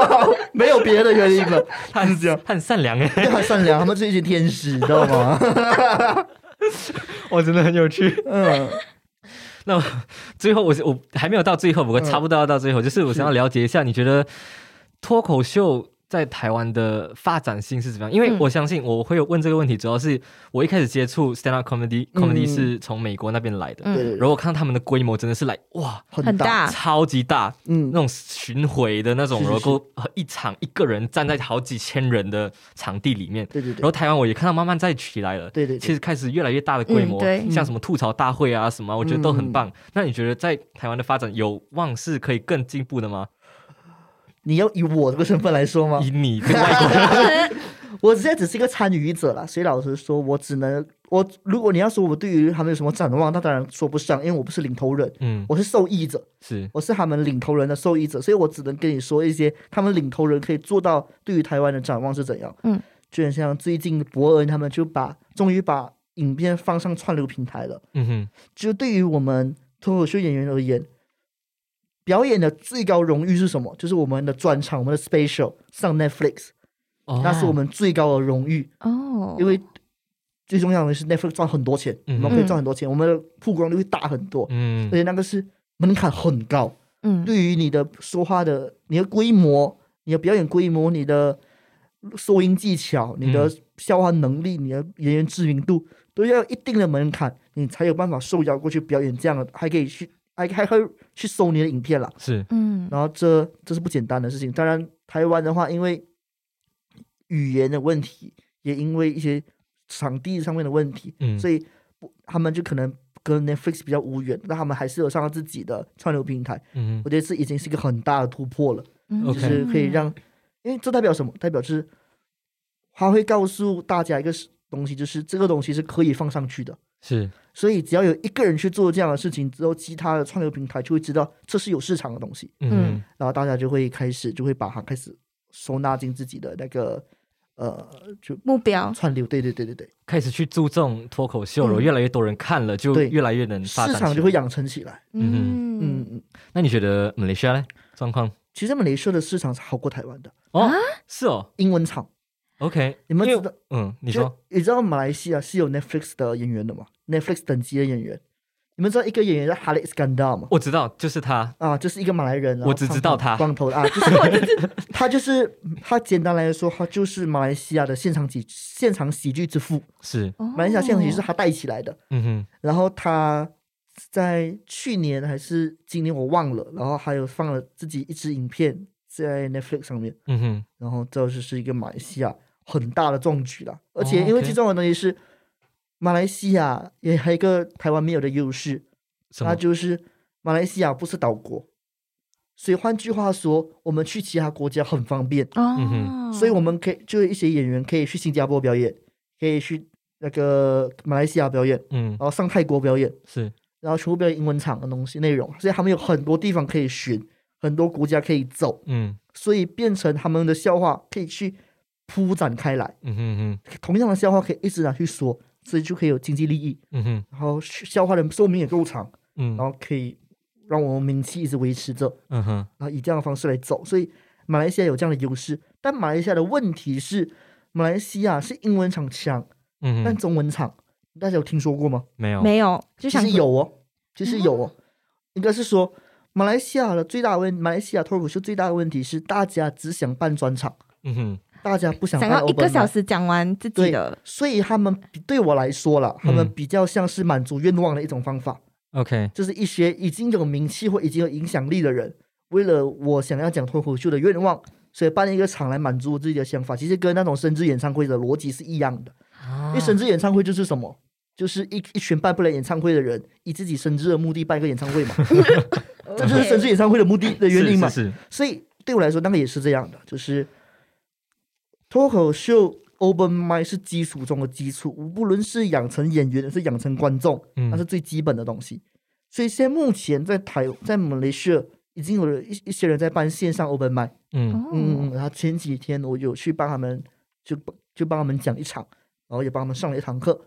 A: (laughs) 没有别的原因了。
B: (laughs) 他很他很善良哎，
A: 因为很善良，他们是一群天使，你知道吗？
B: (laughs)
A: (laughs)
B: 我真的很有趣。 (laughs)
A: 嗯，
B: 那我最后我是我还没有到最后，不过
A: 嗯
B: 差不多要到最后，就是我想要了解一下，你觉得脱口秀在台湾的发展性是怎么样？因为
D: 嗯
B: 我相信我会有问这个问题，主要是我一开始接触 stand up comedy comedy
A: 嗯
B: 是从美国那边来的，
D: 嗯啊
A: 对对
B: 然
A: 对，
B: 后我看到他们的规模真的是来哇。
A: 很
D: 很
A: 大，
D: 大，
B: 超级大，
A: 嗯
B: 那，种巡回的那种，
A: 是是
B: 然后一场一个人站在好几千人的场地里面，
A: 对对
B: 然
A: 对
B: 后，台湾我也看到慢慢在起来了，
A: 对对
B: 其
A: 对。
B: 实开始越来越大的规模
D: 嗯，对
B: 像什么吐槽大会啊什么，我觉得都
A: 嗯
B: 很棒。那你觉得在台湾的发展有望是可以更进步的吗？
A: 你要以我这个身份来说吗？ (laughs)
B: 以你这个外国人，
A: 我现在只是一个参与者啦，所以老实说，我只能我如果你要说我对于他们有什么展望，那当然说不上，因为我不是领头人，
B: 嗯，
A: 我是受益者，
B: 是
A: 我是他们领头人的受益者，所以我只能跟你说一些他们领头人可以做到对于台湾的展望是怎样。
D: 嗯，
A: 就很像最近伯恩他们就把终于把影片放上串流平台了。
B: 嗯哼，
A: 就对于我们脱口秀演员而言，表演的最高荣誉是什么？就是我们的专场，我们的 special 上 Netflix，、
B: 哦
A: 那是我们最高的荣誉。
D: 哦，
A: 因为最重要的是 Netflix 赚很多钱，
B: 嗯
A: 我们可以赚很多钱，我们的曝光率会大很多，
B: 嗯
A: 而且那个是门槛很高，
D: 嗯，
A: 对于你的说话的、你的规模、你的表演规模、你的收音技巧、你的消化能力、你的演员知名度，都要有一定的门槛，你才有办法受邀过去表演这样的，还可以去还还会去收你的影片啦。
B: 是
D: 嗯
A: 然后这这是不简单的事情。当然，台湾的话，因为语言的问题，也因为一些场地上面的问题，
B: 嗯
A: 所以不他们就可能跟 Netflix 比较无缘，但他们还是有上到自己的串流平台。
B: 嗯
A: 我觉得这已经是一个很大的突破了，
D: 嗯
A: 就
B: OK
A: 是可以让，因为这代表什么？代表就是他会告诉大家一个东西，就是这个东西是可以放上去的。
B: 是
A: 所以只要有一个人去做这样的事情之后，其他的串流平台就会知道这是有市场的东西。
B: 嗯
A: 然后大家就会开始就会把它开始收纳进自己的那个呃，就
D: 目
B: 哦
D: 标，
A: 串流，对对对对对，
B: 开始去注重脱口秀了，
A: 嗯
B: 越来越多人看了，就
A: 对
B: 越来越能嗯发
A: 市
B: 展
A: 场
B: 起
A: 就会
B: 来。
A: 养成起来。
B: 嗯
A: 嗯
D: 嗯，
A: 嗯，
B: 那你觉得马来西亚呢状况？
A: 其实马来西亚的市场是好过台湾的，
B: 哦
D: 啊，
B: 是哦
A: 英文场
B: ，OK，
A: 你们
B: 因
A: 知
B: 为
A: 道？
B: 嗯，你
A: 你
B: 说
A: 你知道马来西亚是有 Netflix 的演员的吗？Netflix 等级的演员，你们知道一个演员叫 Halik Skandar 吗？
B: 我知道，就是他，
A: 啊，就是一个马来人，然后
B: 我只知道他
A: 胖胖光头的啊，就是
B: (laughs)
A: 他就是他，简单来说，他就是马来西亚的现场喜现场喜剧之父。
B: 是，
D: 哦
A: 马来西亚现场喜剧是他带起来的，
B: 嗯哼，
A: 然后他在去年还是今年我忘了，然后还有放了自己一支影片在 Netflix 上面，
B: 嗯哼，
A: 然后这就是一个马来西亚很大的壮举啦。而且因为
B: 哦 OK
A: 最重要的东西是，马来西亚也还有一个台湾没有的优势，
B: 什
A: 那
B: 么？
A: 就是马来西亚不是岛国，所以换句话说，我们去其他国家很方便。
D: 哦
B: 嗯，
A: 所以我们可以就是一些演员可以去新加坡表演，可以去那个马来西亚表演，
B: 嗯
A: 然，后上泰国表演。
B: 是，
A: 然后全部表演英文场的东西内容，所以他们有很多地方可以选，很多国家可以走，
B: 嗯
A: 所以变成他们的笑话可以去铺展开来，
B: 嗯哼嗯
A: 同样的笑话可以一直拿去说，所以就可以有经济利益，
B: 嗯哼
A: 然后笑话的寿命也够长，然
B: 嗯
A: 后可以让我们名气一直维持着，
B: 嗯哼，
A: 然后以这样的方式来走，所以马来西亚有这样的优势，但马来西亚的问题是，马来西亚是英文场强，
B: 嗯
A: 但
B: 哼，
A: 中文场大家有听说过吗？
B: 没有，
D: 没有，就
A: 其
D: 想嗯
A: 实有哦，其实有哦，应该是说马来西亚的最大的问，马来西亚脱口秀最大的问题是大家只想办专场，
B: 嗯哼，
A: 大家不想
D: 想
A: 办
D: 要一个
A: open mic
D: 小。时讲完自己
A: 对
D: 的，
A: 所以他们比对我来说啦，他们
B: 嗯
A: 比较像是满足愿望的一种方法，
B: ，OK，
A: 就是一些已经有名气或已经有影响力的人，为了我想要讲脱口秀的愿望，所以办一个场来满足我自己的想法，其实跟那种生日演唱会的逻辑是一样的。
B: 啊
A: 因为生日演唱会就是什么？就是一一群办不了演唱会的人，以自己生日的目的办一个演唱
D: (laughs)
A: 会嘛，这就是生日演唱会的目的的原因嘛。
B: 是，
A: 所以对我来说，那个也是这样的，就是脱口秀 open mic 是基础中的基础，无论是养成演员，还是养成观众，
B: 嗯
A: 那是最基本的东西。所以现在目前在台在马来西亚已经有了一一些人在办线上 open mic，
B: 嗯
A: 嗯，
D: 哦，
A: 然后前几天我有去帮他们，就就帮他们讲一场，然后也帮他们上了一堂课，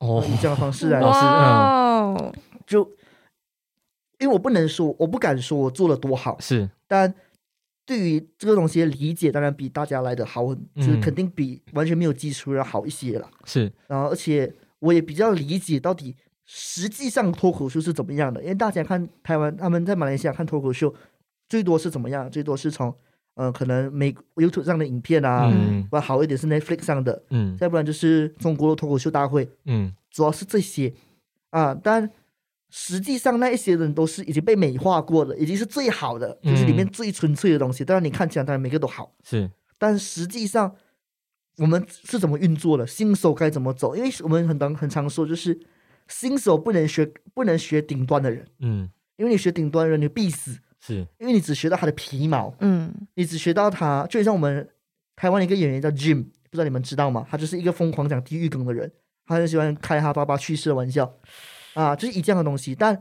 B: 哦，
A: 以这样的方式来
B: 哇
A: 啊
D: 哦，
A: 就，因为我不能说，我不敢说我做的多好，
B: 是，
A: 但对于这个东西的理解，当然比大家来的好很，就是
B: 嗯
A: 肯定比完全没有基础的好一些了。
B: 是，
A: 然后，而且我也比较理解到底实际上脱口秀是怎么样的，因为大家看台湾，他们在马来西亚看脱口秀，最多是怎么样？最多是从呃，可能美 YouTube 上的影片啊，
B: 嗯
A: 不然好一点是 Netflix 上的，
B: 嗯
A: 再不然就是中国脱口秀大会，
B: 嗯
A: 主要是这些啊。但实际上那一些人都是已经被美化过的，已经是最好的，就是里面
B: 嗯
A: 最纯粹的东西。当然你看起来当然每个都好，
B: 是，
A: 但实际上我们是怎么运作的，新手该怎么走？因为我们很常很常说，就是新手不能学不能学顶端的人，
B: 嗯
A: 因为你学顶端的人你必死，
B: 是，
A: 因为你只学到他的皮毛。
D: 嗯，
A: 你只学到他，就像我们台湾的一个演员叫 Jim，不知道你们知道吗？他就是一个疯狂讲地狱梗的人，他很喜欢开他爸爸去世的玩笑啊，就是以这样的东西。但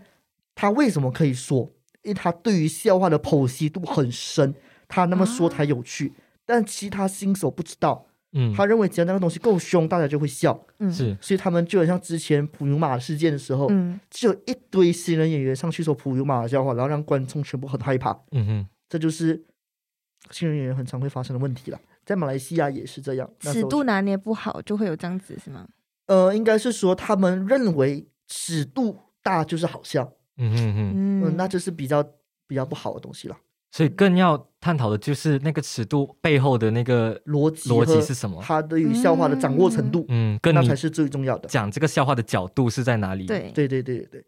A: 他为什么可以说？因为他对于笑话的剖析度很深，他那么说才有趣。但其他新手不知道，
B: 嗯，
A: 他认为只要那个东西够凶，大家就会笑，
D: 嗯
B: 是
A: 所以他们就很像之前普牛马事件的时候，
D: 嗯，
A: 就有一堆新人演员上去说普牛马的笑话，然后让观众全部很害怕。
B: 嗯哼，
A: 这就是新人演员很常会发生的问题了。在马来西亚也是这样，那时
D: 尺
A: 候
D: 度拿捏不好就会有这样子是吗？
A: 呃，应该是说他们认为尺度大就是好笑，
B: 嗯哼哼，
A: 嗯、
D: 嗯，
A: 那这是比较比较不好的东西了。
B: 所以更要探讨的就是那个尺度背后的那个
A: 逻辑
B: 逻辑
A: 和
B: 是什么？
A: 他对于笑话的掌握程度，
B: 嗯，跟
A: 那
B: 你
A: 才是最重要的。
B: 讲这个笑话的角度是在哪里？，
D: 对，
A: 对对对对对，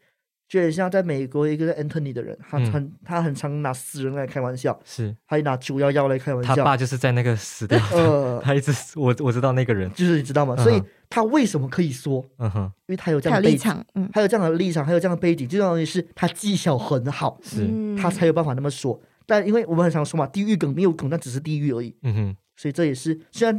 A: 就很像在美国一个叫 Anthony 的人，他
B: 嗯
A: 很、他很常拿死人来开玩笑，
B: 是
A: 还拿九幺幺来开玩
B: 他
A: 笑。
B: 爸就是在那个
A: (laughs)
B: 死掉，
A: 呃，
B: 他一嗯直我我知道那个人，
A: 就是你知道吗？所以他为什么可以说？
B: 嗯哼，
A: 因为他有这
D: 还有
A: 样的背
D: 立
A: 景，
D: 场，嗯，
A: 还有这样的立场，还有这样的背景，最重要的是他技巧很好，
B: 是，
D: 嗯
A: 他才有办法那么说。但因为我们很常说嘛，地狱梗没有梗，但只是地狱而已。
B: 嗯哼，
A: 所以这也是虽然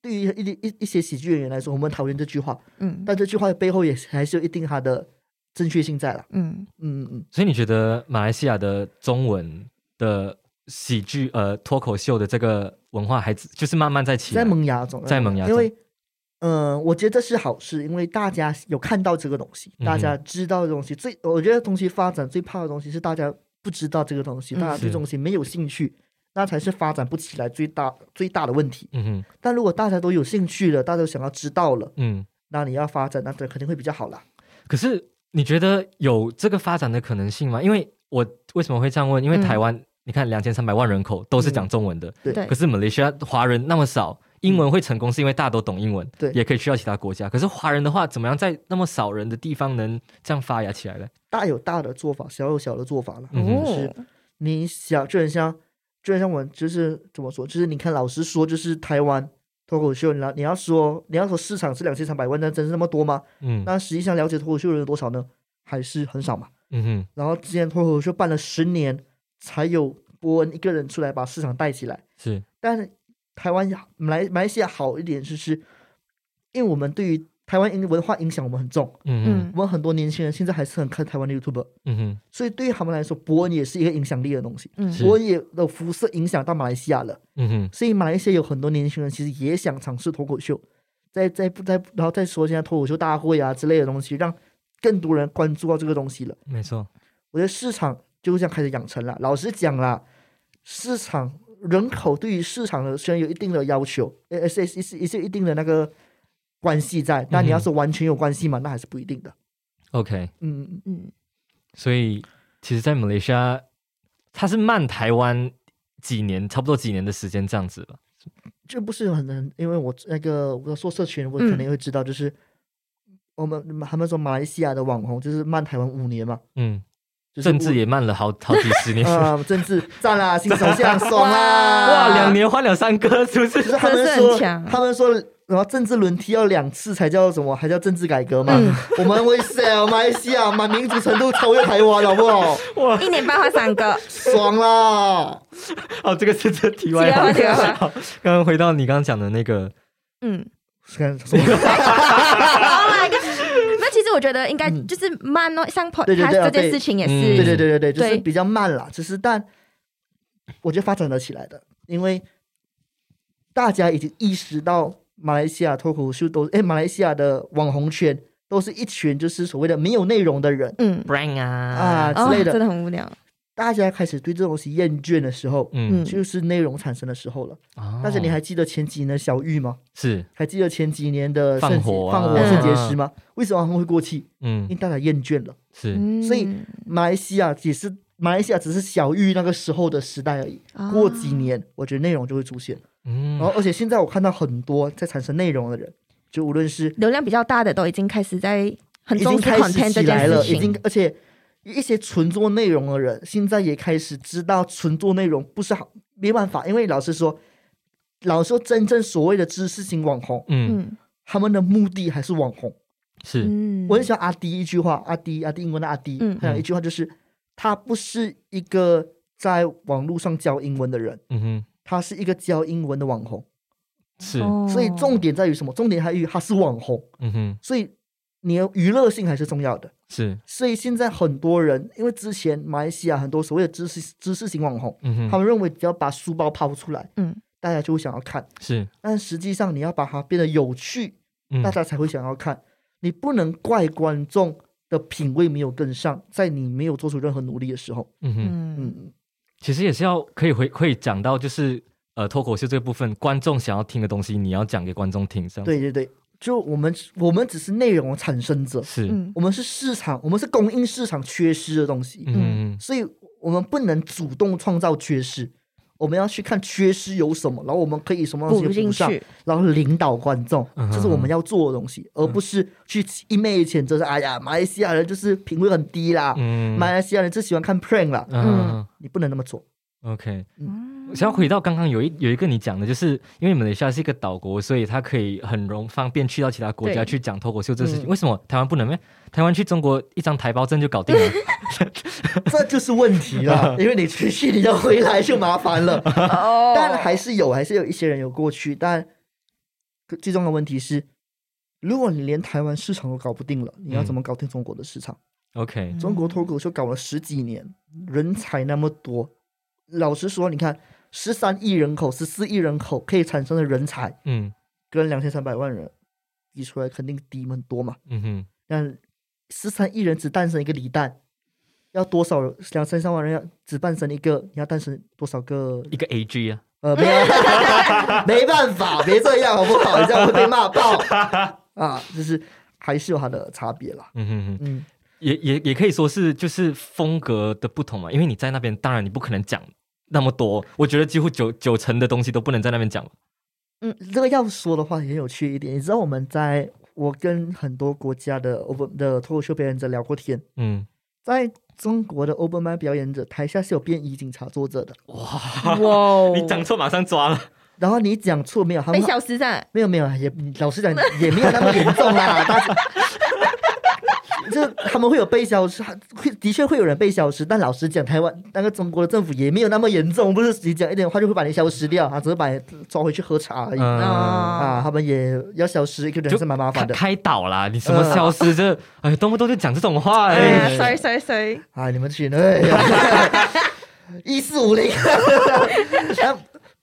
A: 对于一一一些喜剧演员来说，我们很讨厌这句话，
D: 嗯
A: 但这句话的背后也还是有一定它的正确性在了。
D: 嗯，
A: 嗯嗯
B: 所以你觉得马来西亚的中文的喜剧呃脱口秀的这个文化还就是慢慢在
A: 嗯，
B: 起来
A: 在，萌芽中，
B: 在萌芽中
A: 因为。嗯、我觉得这是好事，因为大家有看到这个东西，
B: 嗯哼
A: 大家知道这东西。最我觉得东西发展最怕的东西是大家不知道这个东西，
D: 嗯
A: 大家对
B: 是
A: 这东西没有兴趣，那才是发展不起来最大最大的问题。
B: 嗯哼，
A: 但如果大家都有兴趣了，大家都想要知道了，
B: 嗯，
A: 那你要发展，那这肯定会比较好啦。
B: 可是你觉得有这个发展的可能性吗？因为我为什么会这样问？因为
D: 嗯
B: 台湾、你看两千三百万人口都是讲中文的，
A: 对
D: 对
B: 可，是马来西亚华人那么少，英文会成功是因为大家都懂英文，
A: 对
B: 也可以去到其他国家。可是华人的话，怎么样在那么少人的地方能这样发芽起来呢？
A: 大有大的做法，小有小的做法了。
B: 嗯哼
D: 哦，
A: 你想，就很像，就很像我，就是怎么说，就是你看，老实说，就是台湾脱口秀，你要你要说你要说市场是两千三百万，但真是那么多吗？
B: 嗯
A: 那实际上了解脱口秀的人有多少呢？还是很少嘛。
B: 嗯哼，
A: 然后之前脱口秀办了十年，才有伯恩一个人出来把市场带起来。
B: 是
A: 但是台湾马来马来西亚好一点，就是因为我们对于台湾影文化影响我们很重，
B: 嗯哼
D: 嗯
A: 我们很多年轻人现在还是很看台湾的 YouTube，
B: 嗯哼
A: 所以对于他们来说，伯恩也是一个影响力的东西。
D: 嗯
B: 是
A: 伯恩也的辐射影响到马来西亚了，
B: 嗯哼
A: 所以马来西亚有很多年轻人其实也想尝试脱口秀，在在不在，然后再说现在脱口秀大会啊之类的东西，让更多人关注到这个东西了。
B: 没错，
A: 我觉得市场就这样开始养成了。老实讲啦，市场人口对于市场的虽然有一定的要求，呃，是是是是有一定的那个关系在，但你要说完全有关系嘛，那还是不一定的。
B: OK，
A: 嗯，嗯
D: 嗯
B: 所以其实，在马来西亚，它是慢台湾几年，差不多几年的时间这样子吧。
A: 这不是很能，因为我那个我说社群，我
D: 嗯
A: 肯定会知道，就是、我们他们说马来西亚的网红就是慢台湾五年嘛，
B: 嗯，
A: 就是
B: 政治
A: 五
B: 也慢了好好几
A: (laughs)
B: 十年。
A: 啊、政治赞啦，新
B: (laughs)
A: 首相爽啦，
B: 哇，啊两年换了三个，是不？
A: 就是是他们
D: 真的
A: 说
D: 很强啊
A: 他们说。然后政治轮替要两次才叫什么？还叫政治改革嘛？
D: 嗯
A: 我们会 sell 马来西亚，把民主程度超越台湾，好不
B: (laughs)
A: 好？
D: 一年半换三个，
A: 爽啦！
B: 哦，这个是这题外
D: 题
B: 话。
D: 外话题外话
B: (laughs) 好，刚刚回到你刚刚讲的那个，
A: (laughs)
D: 嗯，
A: 看什么？
D: Oh my god！那其实我觉得应该就是慢哦，上 podcast
A: 嗯对对对啊
D: 这件
A: 对
D: 事情也
B: 嗯
D: 是，
A: 对对对对对，就是
D: 对
A: 比较慢啦，只是但我觉得发展得起来的，因为大家已经意识到马来西亚脱口秀都哎，马来西亚的网红圈都是一群就是所谓的没有内容的人，
D: 嗯，
B: Brang 啊
A: 啊
D: 哦
A: 之类的
D: 真的很无聊，
A: 大家开始对这东西厌倦的时候，
B: 嗯，
D: 嗯
A: 就是内容产生的时候了。
B: 哦
A: 但是你还记得前几年的小玉吗？
B: 是
A: 还记得前几年的
B: 放
A: 圣洁
B: 火啊
A: 放火
D: 嗯
A: 圣结石吗？为什么他们会过气？
B: 嗯
A: 因为大家厌倦了。
B: 是
D: 嗯，
A: 所以马来西亚也是马来西亚，只是小玉那个时候的时代而已。
D: 哦
A: 过几年，我觉得内容就会出现。然后
B: 嗯，，
A: 而且现在我看到很多在产生内容的人，就无论是
D: 流量比较大的都已经开始在很
A: 已
D: 重
A: 经
D: 视
A: 开始
D: content
A: 起
D: 这
A: 来
D: 件
A: 了，
D: 事
A: 已
D: 情，
A: 经而且一些纯做内容的人，现在也开始知道纯做内容不是好，没办法，因为老实说，老实说，真正所谓的知识型网红，
B: 嗯，
D: 嗯
A: 他们的目的还是网红。
B: 是
D: 嗯，
A: 我很喜欢阿迪一句话，阿迪阿迪英文的阿迪，
D: 嗯
A: 他讲一句话就是，他不是一个在网络上教英文的人，
B: 嗯哼，
A: 他是一个教英文的网红。
B: 是，
D: 哦
A: 所以重点在于什么？重点在于他是网红，
B: 嗯哼，
A: 所以你的娱乐性还是重要的。
B: 是，
A: 所以现在很多人，因为之前马来西亚很多所谓的知识知识型网红，
B: 嗯
A: 他
B: 哼，
A: 们认为只要把书包抛出来，
D: 嗯，
A: 大家就会想要看。
B: 是，
A: 但实际上，你要把它变得有趣，
B: 嗯
A: 大家才会想要看。你不能怪观众的品味没有跟上，在你没有做出任何努力的时候，
B: 嗯哼，
D: 嗯，
A: 嗯，
B: 其实也是要可以回可以讲到就是呃脱口秀这部分，观众想要听的东西，你要讲给观众听，这样子
A: 对对对，就我们我们只是内容的产生者，
B: 是，嗯
D: 嗯
A: 我们是市场，我们是供应市场缺失的东西，
B: 嗯
A: 所以我们不能主动创造缺失。我们要去看缺失有什么，然后我们可以什么东
D: 补
A: 西
D: 进
A: 补上， (laughs)
D: 去，
A: 然后领导观众，
B: 嗯
A: 这是我们要做的东西，而不是去一昧谴责说，哎呀，马来西亚人就是品味很低啦，
B: 嗯
A: 马来西亚人就喜欢看 prank 啦，
B: 嗯
A: 你不能那么做。
B: ，OK。
D: 嗯
B: 想要回到刚刚有一有一个你讲的，就是因为马来西亚是一个岛国，所以它可以很容方便去到其他国家
D: 对
B: 去讲脱口秀这事
A: 嗯
B: 情。为什么台湾不能呢？台湾去中国一张台胞证就搞定了。
A: 这就是问题了，
B: 嗯
A: 因为你出去你要回来就麻烦了。
D: 哦
A: 但还是有，还是有一些人有过去，但最重要的问题是，如果你连台湾市场都搞不定了，你
B: 嗯
A: 要怎么搞定中国的市场？
B: OK，
A: 中国脱口秀搞了十几年，人才那么多，老实说，你看十三亿人口、十四亿人口可以产生的人才，
B: 嗯
A: 跟两千三百万人比出来，肯定低很多嘛。
B: 嗯哼，
A: 但十三亿人只诞生一个李诞，要多少人？两三三万人要只诞生一个，你要诞生多少个？
B: 一个 AG 啊，
A: 呃，没有， (laughs) 没办法，别这样好不好？你这样会被骂爆啊！就是还是有它的差别啦。
B: 嗯哼哼，
A: 嗯，
B: 也也也可以说是就是风格的不同嘛，因为你在那边，当然你不可能讲那么多，我觉得几乎九九成的东西都不能在那边讲。
A: 这个要说的话也有趣一点。你知道我们在我跟很多国家的 open 的脱口秀表演者聊过天，
B: 嗯，
A: 在中国的 open m i 表演者台下是有便衣警察坐着的，
D: 哇哦
B: (laughs) 你讲错马上抓了。
A: 然后你讲错没有，他
D: 被
A: 们
D: 小时长，
A: 没有没有，也老实讲也没有那么严重啦。但是 (laughs) 就他们会有被消失，会的确会有人被消失，但老实讲，台湾那个中国的政府也没有那么严重，不是你讲一点话就会把你消失掉，啊他只是把你抓回去喝茶而已。
B: 嗯。
D: 啊，
A: 啊，他们也要消失一个人是蛮麻
B: 开
A: 烦的。
B: 开导啦！你什么消失这？哎，动不动就讲这种话
D: 哎呀
B: 哎。
D: ，sorry sorry sorry，
A: 啊，你们去哎呀，一四五零，啊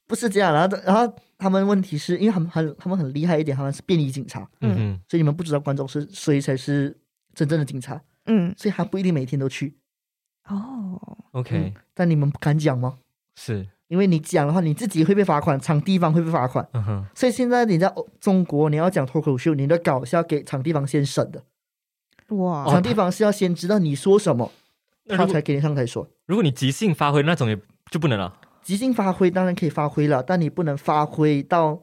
A: 不是这样。然后，然后他们问题是因为他们很他们很厉害一点，他们是便衣警察，
B: 嗯
A: 所以你们不知道观众是谁才是真正的警察，
D: 嗯，
A: 所以他不一定每天都去。
D: 哦，
B: 哼，OK，
A: 但你们不敢讲吗？
B: 是，
A: 因为你讲的话，你自己会被罚款，场地方会被罚款。
B: 嗯哼，
A: 所以现在你在欧中国，你要讲脱口秀，你的稿是要给场地方先审的，
D: 哇，
A: 场地方是要先知道你说什么，
B: 那
A: 他
B: 如果
A: 才给你上台说。
B: 如果你即兴发挥那种也就不能了。
A: 即兴发挥当然可以发挥了，但你不能发挥到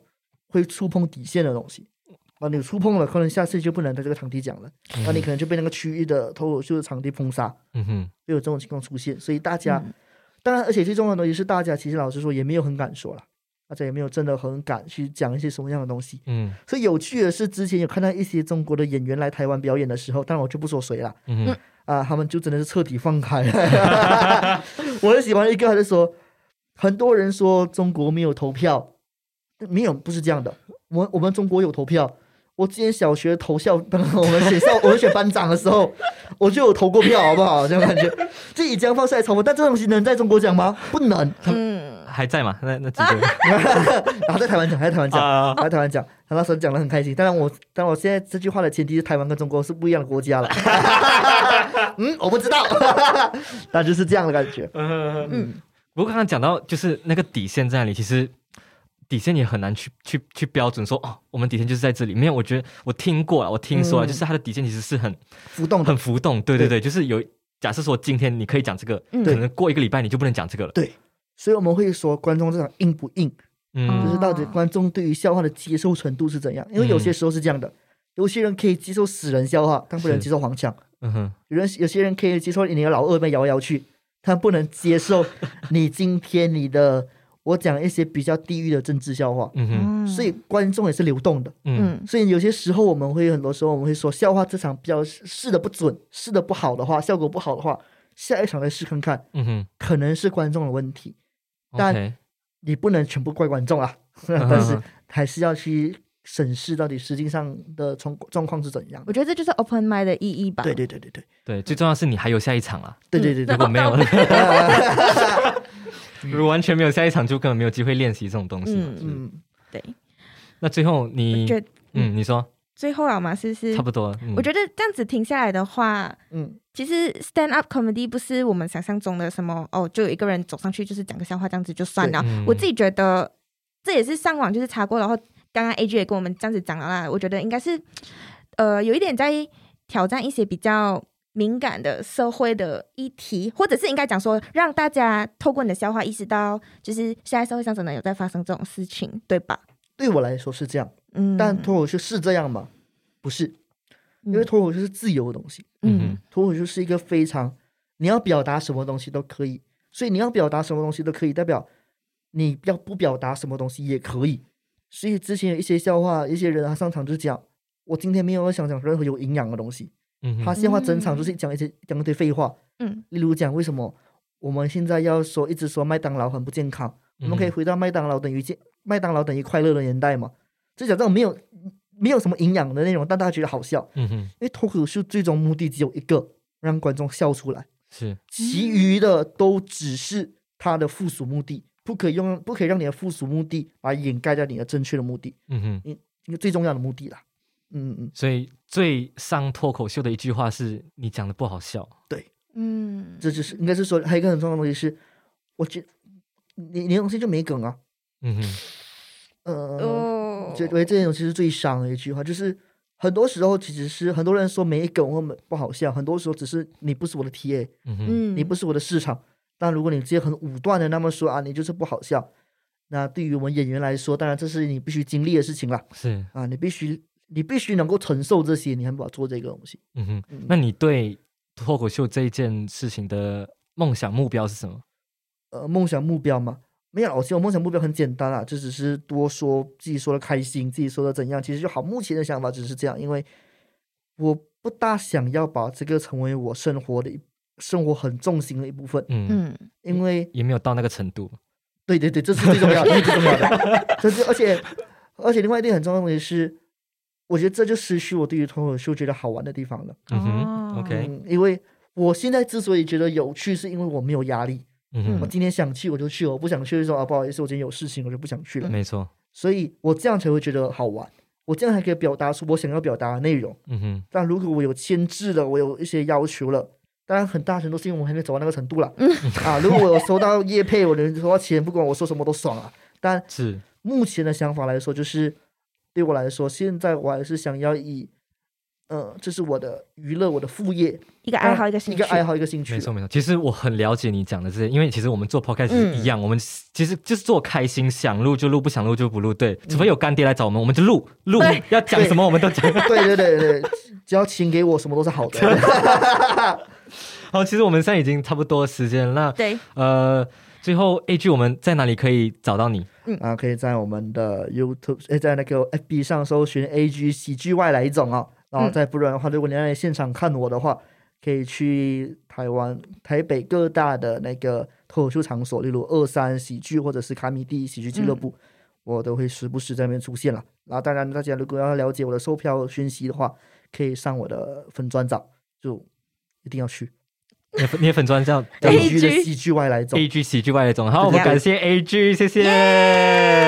A: 会触碰底线的东西。啊，你触碰了，可能下次就不能在这个场地讲了，
B: 哦
A: 那、你可能就被那个区域的脱口秀的场地封杀，
B: 嗯哼，
A: 会有这种情况出现。所以大
D: 嗯
A: 家，当然，而且最重要的东西是，大家其实老实说也没有很敢说了，大家也没有真的很敢去讲一些什么样的东西。
B: 嗯
A: 所以有趣的是，之前有看到一些中国的演员来台湾表演的时候，当然我就不说谁了，
B: 嗯哼，
A: 啊，他们就真的是彻底放开 (laughs) 了。我很喜欢一个，他就说，很多人说中国没有投票，没有不是这样的，我们我们中国有投票。我之前小学投校，我们选校， (laughs) 我们选班长的时候，我就有投过票，好不好？这种感觉，就以这样方式来嘲讽，但这种东西能在中国讲吗？不能。 (laughs)
D: 嗯，
B: 还在嘛？那那几 (laughs) 个
A: 然后在台湾讲，还在台湾讲，
B: 啊，
A: 来台湾讲， (laughs) 他那时候讲的很开心。当然我，当然我现在这句话的前提是台湾跟中国是不一样的国家了。 (laughs) 嗯，我不知道， (laughs) 但就是这样的感觉。
B: (laughs) 嗯。不过刚刚讲到就是那个底线在哪里，其实底线也很难去去去标准说哦，我们底线就是在这里。没有，我觉得我听过啊了，我听说了，
A: 嗯
B: 就是他的底线其实是很
A: 浮动的
B: 很，浮动。对对对，就是有假设说今天你可以讲这个，
D: 嗯
B: 可能过一个礼拜你就不能讲这个了。
A: 对所以我们会说观众这场硬不硬，就
B: 嗯
A: 是到底观众对于笑话的接受程度是怎样。因为有些时候是这样的，有些人可以接受死人笑话，但不能
B: 是
A: 接受黄腔；
B: 嗯哼，
A: 有人有些人可以接受你的老二被摇来摇去，但不能接受你今天你的我讲一些比较地域的政治笑话。
B: 嗯哼，
D: 嗯
A: 所以观众也是流动的。
B: 嗯
D: 嗯
A: 所以有些时候我们会，很多时候我们会说，笑话这场比较试的不准，试的不好的话，效果不好的话，下一场再试看看，
B: 嗯哼，
A: 可能是观众的问题。但
B: OK，
A: 你不能全部怪观众
D: (laughs)
A: 啊，但是还是要去审视到底实际上的状状况是怎样。
D: 我觉得这就是 open mind 的意义吧。嗯
A: 对对对对对
B: 对，最重要是你还有下一场啦。
A: 对对对对
B: 如果没有，如果完全没有下一场，就根本没有机会练习这种东西嘛。
D: 嗯，
A: 嗯，
D: 对，
B: 那最后
D: 我
B: 你，
D: 觉得
B: 嗯，你说
D: 最后啊嘛，是是
B: 差，不多了。嗯
D: 我觉得这样子停下来的话，
A: 嗯
D: 其实 stand up comedy 不是我们想象中的什么哦，就有一个人走上去就是讲个笑话这样子就算了。
B: 对嗯
D: 我自己觉得这也是上网就是查过，然后刚刚 A G 也跟我们这样子讲了啦，我觉得应该是呃有一点在挑战一些比较。敏感的社会的议题，或者是应该讲说，让大家透过你的笑话意识到，就是现在社会上真的有在发生这种事情，对吧？
A: 对我来说是这样，
D: 嗯，
A: 但脱口秀是这样吗？不是，因为脱口秀是自由的东西，
D: 嗯
A: 脱口秀是一个非常你要表达什么东西都可以，所以你要表达什么东西都可以，代表你要不表达什么东西也可以。所以之前有一些笑话，一些人他上场就讲，我今天没有想讲任何有营养的东西，
B: 嗯哼
A: 他笑话整场就是讲一些讲一堆废话，
D: 嗯
A: 例如讲为什么我们现在要说一直说麦当劳很不健康，
B: 嗯
A: 我们可以回到麦当劳等于健麦当劳等于快乐的年代嘛，就讲这种没有没有什么营养的内容，但大家觉得好笑，
B: 嗯哼，
A: 因为脱口秀最终目的只有一个，让观众笑出来，
B: 是
A: 其余的都只是它的附属目的，不可以用不可以让你的附属目的来掩盖掉你的正确的目的，
B: 嗯哼，
A: 一个最重要的目的啦。嗯嗯，
B: 所以最上脱口秀的一句话是你讲的不好笑。
D: 嗯，
A: 这就是应该是说还有一个很重要的东西是，我觉你你的东西就没梗啊，
B: 嗯哼，
A: 呃，
D: 哦
A: 我觉得这种其实最伤的一句话就是。很多时候其实是很多人说没梗或没不好笑，很多时候只是你不是我的 TA，
B: 嗯哼，
D: 嗯，
A: 你不是我的市场。但如果你直接很武断的那么说啊，你就是不好笑，那对于我们演员来说，当然这是你必须经历的事情啦。
B: 是，
A: 啊，你必须你必须能够承受这些，你还不好做这个东西。
B: 嗯哼
A: 嗯。
B: 那你对脱口秀这一件事情的梦想目标是什么？
A: 呃，梦想目标嘛，没有啦，我其实我梦想目标很简单啊，就只是多说自己说的开心，自己说的怎样，其实就好。目前的想法只是这样，因为我不大想要把这个成为我生活的一生活很重心的一部分，
B: 嗯，
D: 嗯
A: 因为
B: 也没有到那个程度。
A: 对对对，这是最重要的，这是最重要的。这是而且而且另外一点很重要的东西是，我觉得这就失去我对于脱口秀觉得好玩的地方了。
B: 嗯哼
D: 哦
B: ，OK，
A: 嗯，因为我现在之所以觉得有趣，是因为我没有压力。
B: 嗯
A: 我今天想去我就去，我不想去就说啊不好意思，我今天有事情，我就不想去了
B: 哼，。没错，
A: 所以我这样才会觉得好玩，我这样才可以表达出我想要表达的内容。
B: 嗯哼，
A: 但如果我有牵制了，我有一些要求了，当然很大程度是因为我还没走到那个程度了。啊，如果我有收到业配，我能收到钱，不管我说什么都爽啊。但
B: 是，
A: 目前的想法来说，就是对我来说，现在我还是想要以，呃，这是我的娱乐，我的副业，
D: 一个爱好一个
A: 啊
D: 兴
A: 一
D: 趣，
A: 个爱好，一个兴趣
B: 没。错没错。其实我很了解你讲的这些，因为其实我们做 podcast 是一样，我们其实就是做开心，想录就录，不想录就不录。对，除非有干爹来找我们，我们就录录
D: 对，
B: 要讲什么我们都讲。 (laughs)
A: 对对对对，只要钱给我，什么都是好的。
B: 好，其实我们现在已经差不多时间了。
D: 对，
B: 那呃，最后 A G 我们在哪里可以找到你？
A: 啊，可以在我们的 YouTube，哎，在那个 FB 上搜寻 AG 喜剧外来一种哦。然后
D: 嗯
A: 再不然的话，如果你要来现场看我的话，可以去台湾台北各大的那个脱口秀场所，例如二三喜剧或者是卡米蒂喜剧俱乐部，我都会时不时在那边出现了。然后当然，大家如果要了解我的售票讯息的话，可以上我的粉专找，就一定要去
B: 你的粉你的粉砖叫
D: AG
A: AG 的喜剧外来种。
B: A G 喜剧外来种。好，我们
A: 对
B: 感谢 A G，谢谢。